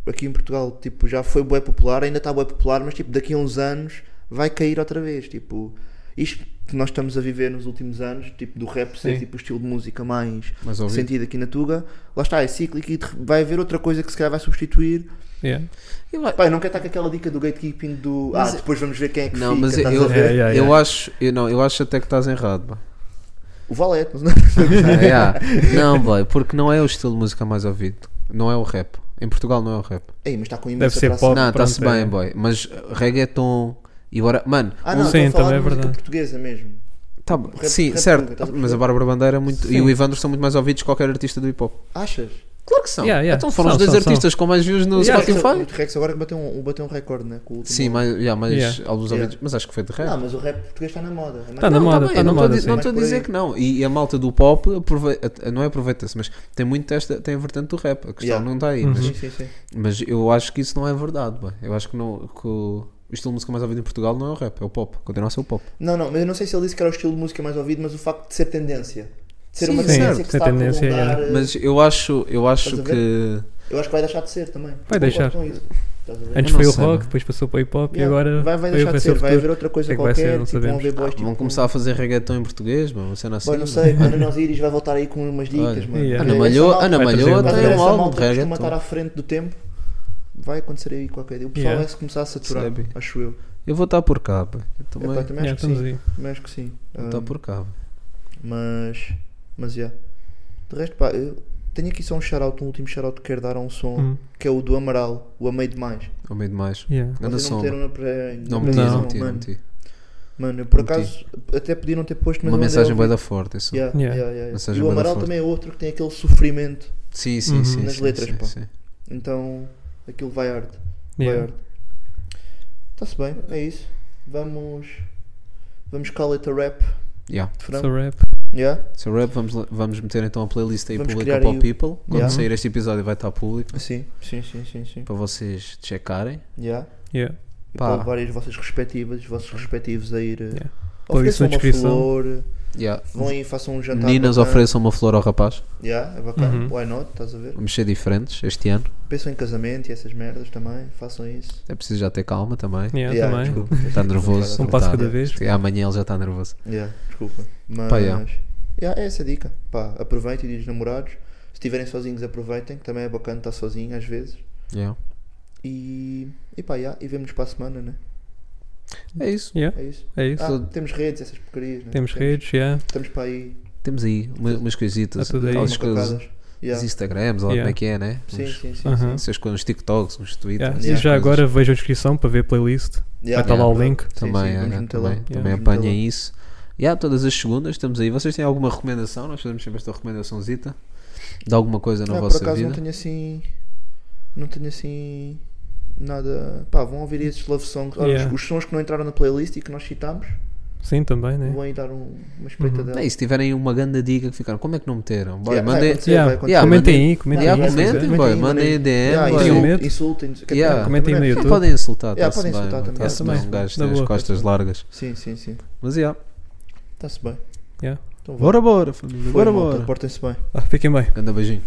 E: aqui em Portugal, tipo, já foi bué popular, ainda está bué popular, mas tipo, daqui a uns anos vai cair outra vez. Tipo, isto que nós estamos a viver nos últimos anos, tipo, do rap ser
F: Sim.
E: tipo o estilo de música mais
G: Mais ouvido.
E: sentido aqui na Tuga, lá está, é cíclico e de re- vai haver outra coisa que se calhar vai substituir.
F: Yeah.
G: Eu a-
E: Pai, não quero estar com aquela dica do gatekeeping do.
G: Mas-
E: ah, depois vamos ver quem é que
G: Não,
E: fica.
G: mas eu,
E: estás a
G: eu,
E: ver?
F: Yeah, yeah, yeah.
G: acho. Eu, não, eu acho até que estás errado. pá.
E: O Valete, não
G: Ah, yeah. Não, boy, porque não é o estilo de música mais ouvido. Não é o rap. Em Portugal não é o rap.
E: Ei, mas está com
F: Deve
E: imensa
F: ser
E: atração.
F: pop.
G: não, está-se
F: pronto,
G: bem,
F: é.
G: boy. Mas reggaeton e agora. Mano,
E: Ah, não,
F: Sim,
E: estou a
F: também é
E: falar de música
F: verdade.
E: portuguesa mesmo.
G: tá,
E: rap-
G: sim,
E: rap
G: certo.
E: nunca, estás a
G: mas a
E: perceber?
G: Bárbara Bandeira é muito, e
F: Sim.
G: o Evandro são muito mais ouvidos que qualquer artista do hip hop.
E: Achas?
G: Claro que são.
F: Yeah, yeah.
G: Então foram os
F: São,
G: dois
F: são,
G: artistas com mais views no
F: Yeah,
G: Spotify.
E: O Rex agora que bateu um, bateu um recorde, né? Com o último
G: Sim,
E: álbum.
G: mais, yeah, mais
F: Yeah.
G: alguns
E: Yeah.
G: ouvidos. Mas acho que foi de rap.
E: Ah, mas o rap português está na moda. é mais-
F: Tá na
G: Não,
F: moda.
G: tá bem, eu não
F: moda,
G: estou
F: sim.
G: a
E: Mas por
G: dizer
E: aí.
G: que não. E, e a malta do pop aprove- at- não é aproveita-se, mas tem muito esta, tem a vertente do rap. A questão
E: Yeah.
G: não está aí. Mas,
E: Sim, sim, sim.
G: mas eu acho que isso não é verdade. bué. Eu acho que, não, que o o estilo de música mais ouvido em Portugal não é o rap, é o pop. Continua a ser o pop.
E: Não, não, mas eu não sei se ele disse que era o estilo de música mais ouvido, mas o facto de ser tendência. De ser
G: Sim,
E: uma
G: sim,
E: tendência
F: certo,
E: que
F: ser
E: se está
F: tendência, é
E: a prolongar, eh,
G: Mas eu acho, eu acho
E: Estás a
G: que.
E: Eu acho que vai deixar de ser também.
F: Vai deixar.
E: Com isso. Estás a
F: Antes
E: ver?
G: Eu não
F: foi o
G: sei,
F: rock,
G: mano.
F: depois passou para o hip hop e
E: Yeah,
F: agora.
E: vai, vai
F: foi
E: deixar
F: para
E: de ser,
F: ser
E: vai
F: futuro.
E: haver um outra coisa
F: O que é que vai ser?
E: qualquer,
F: Não
E: tipo, vão
F: sabemos.
E: haver boys tipo.
G: Ah, Vão começar assim. a fazer reggaeton em português, mano, uma cena assim.
E: Bom, não
G: mano.
E: sei, a Ana Nosiris vai voltar aí com umas dicas,
G: Olha,
E: mano.
F: yeah.
G: Ana
E: Essa
G: Malhoa,
E: malta-
G: Ana
F: vai trazer
G: Malhoa
F: um-
E: Estás a
G: tem um
E: ver, essa
G: álbum
E: malta
G: de
E: que costuma estar
G: reggaeton.
E: à frente do tempo. Vai acontecer aí qualquer dia. O pessoal
F: Yeah.
E: vai se começar a saturar,
G: Percebe.
E: acho eu.
G: Eu vou estar por cá, pá. Eu também
E: Epá, também
F: Yeah,
E: É, acho que
F: É, estamos
E: sim.
F: aí.
E: Também acho que sim.
G: vou estar
E: Ahm,
G: por cá. bué.
E: Mas. Mas já. De resto, pá, eu tenho aqui só um shout-out, um último shout-out que quero dar a um som
F: Hum.
E: que é o do Amaral, o Amei Demais.
G: Ao meio demais.
F: Yeah.
G: Anda
E: Vocês não
G: som.
E: meteram
G: bué.
E: na pré.
G: Não
E: na
G: meti,
E: previsão,
G: não
F: Não.
G: meti, não
E: mano.
G: meti.
E: Mano, eu por
G: Não meti.
E: acaso até podia não ter posto, mas
G: Uma
E: eu andei a
G: mensagem
E: ouvir.
G: bem da forte, isso.
E: Yeah,
F: Yeah.
E: yeah, yeah, yeah.
G: Mensagem
E: E o
G: bué da
E: Amaral
G: forte.
E: também é outro que tem aquele sofrimento.
G: Sim, sim,
F: Uhum.
G: sim.
E: Nas
G: sim,
E: letras,
G: sim,
E: pá.
G: sim.
E: Então aquilo vai hard.
F: Yeah.
E: Vai hard. Está-se bem, é isso. Vamos. Vamos call it a rap.
G: Yeah.
F: So
E: Fran.
F: rap.
E: Yeah?
G: So, rap, vamos, le- vamos meter então a playlist aí
E: Vamos
G: pública
E: criar
G: para o
E: aí o-
G: People. Quando
E: Yeah.
G: sair este episódio vai estar público
E: Sim, sim, sim, sim, sim.
G: para vocês checarem.
E: Yeah.
F: Yeah.
E: E
G: Pá.
E: para levar as vossas respectivas, os vossos respectivos a ir. eh,
F: Yeah. Põe isso
E: Ofereçam
F: na
E: uma
F: descrição.
E: flor,
G: Yeah.
E: vão aí e façam um jantar.
G: Meninas
E: bacana.
G: ofereçam uma flor ao rapaz.
E: Yeah, é bacana.
F: Uhum.
E: Why not? Estás a ver?
G: Vamos ser diferentes este ano.
E: Pensam em casamento e essas merdas também. Façam isso.
G: É preciso já ter calma também.
F: Yeah,
E: Yeah,
F: também.
E: desculpa.
G: Está Tá nervoso.
F: Um
G: não
F: passo
G: está.
F: cada vez.
G: Sim, Amanhã ele já está nervoso.
E: Yeah, desculpa. Mas.
G: Pá, yeah.
E: yeah, é essa a dica. Pá, aproveitem e dos namorados. Se estiverem sozinhos, aproveitem. que Também é bacana estar sozinho às vezes.
G: Yeah.
E: E. E pá, yeah, e vemos para a semana, né?
G: É isso.
F: Yeah.
E: É isso.
F: É isso.
E: Ah, temos redes, essas porcarias, né?
F: Temos redes, yeah.
E: Estamos para aí.
G: Temos aí uma- umas coisitas.
F: Está Tá tudo aí.
G: algumas
E: umas
G: coisas-
E: cacadas.
G: Os
E: Yeah.
G: Instagrams, ou
F: Yeah.
G: como é que é, né?
E: Sim,
G: Uns-
E: sim, sim.
F: Aham.
E: sim.
G: Essas coisas, uns TikToks, uns tweets.
F: Yeah.
G: essas
F: E já
G: coisas.
F: agora vejo a descrição para ver a playlist. Vai
E: Yeah,
F: estar lá o
E: yeah.
F: link.
E: Sim,
G: Também,
E: sim,
G: é,
E: vamos
G: é,
E: meter lá.
G: também,
F: Yeah.
G: também
E: Vamos meter
G: apanhem
E: lá.
G: isso. E há todas as segundas estamos aí. Vocês têm alguma recomendação? Nós fazemos sempre esta recomendaçãozita de alguma coisa na
E: Ah,
G: vossa
E: por acaso não
G: vida.
E: tenho assim. Não tenho assim. Nada. Pá, vão ouvir esses love songs. Olha,
F: Yeah.
E: os, os sons que não entraram na playlist e que nós citámos.
F: Sim, também, né?
E: Vão aí dar um, uma
F: Uhum.
E: espreitadela.
G: Não, e se É tiverem uma grande dica que ficaram, como é que não meteram? Bora,
E: Yeah, é, vai
G: mandem-
E: acontecer,
F: Yeah.
E: vai acontecer.
G: Yeah,
F: comentem
G: mandem-
F: aí, comentem
G: Yeah,
F: aí. se
G: comentem,
F: quiser.
G: boy,
E: aí,
G: mandem DM,
E: Yeah,
G: boy.
F: Tenham
E: insul-
F: medo.
E: Insultem-nos. que é
G: Yeah.
E: também-
F: Comentem
E: também
F: no
E: é
F: YouTube.
E: fixe.
G: Podem insultar,
E: Yeah,
G: está-se
E: podem
G: bem,
E: insultar
G: mano,
E: também.
G: está-se
F: Também,
G: bem, um gajo
F: na
G: tem as
F: boa.
G: costas largas.
E: Sim, sim, sim.
G: Mas yeah.
E: Está-se bem.
F: Yeah.
E: Então, vá.
G: Bora, bora, família,
E: Foi,
G: bora,
E: malta,
G: bora.
E: Portem-se bem.
F: Ah, fiquem bem.
G: Anda beijinho.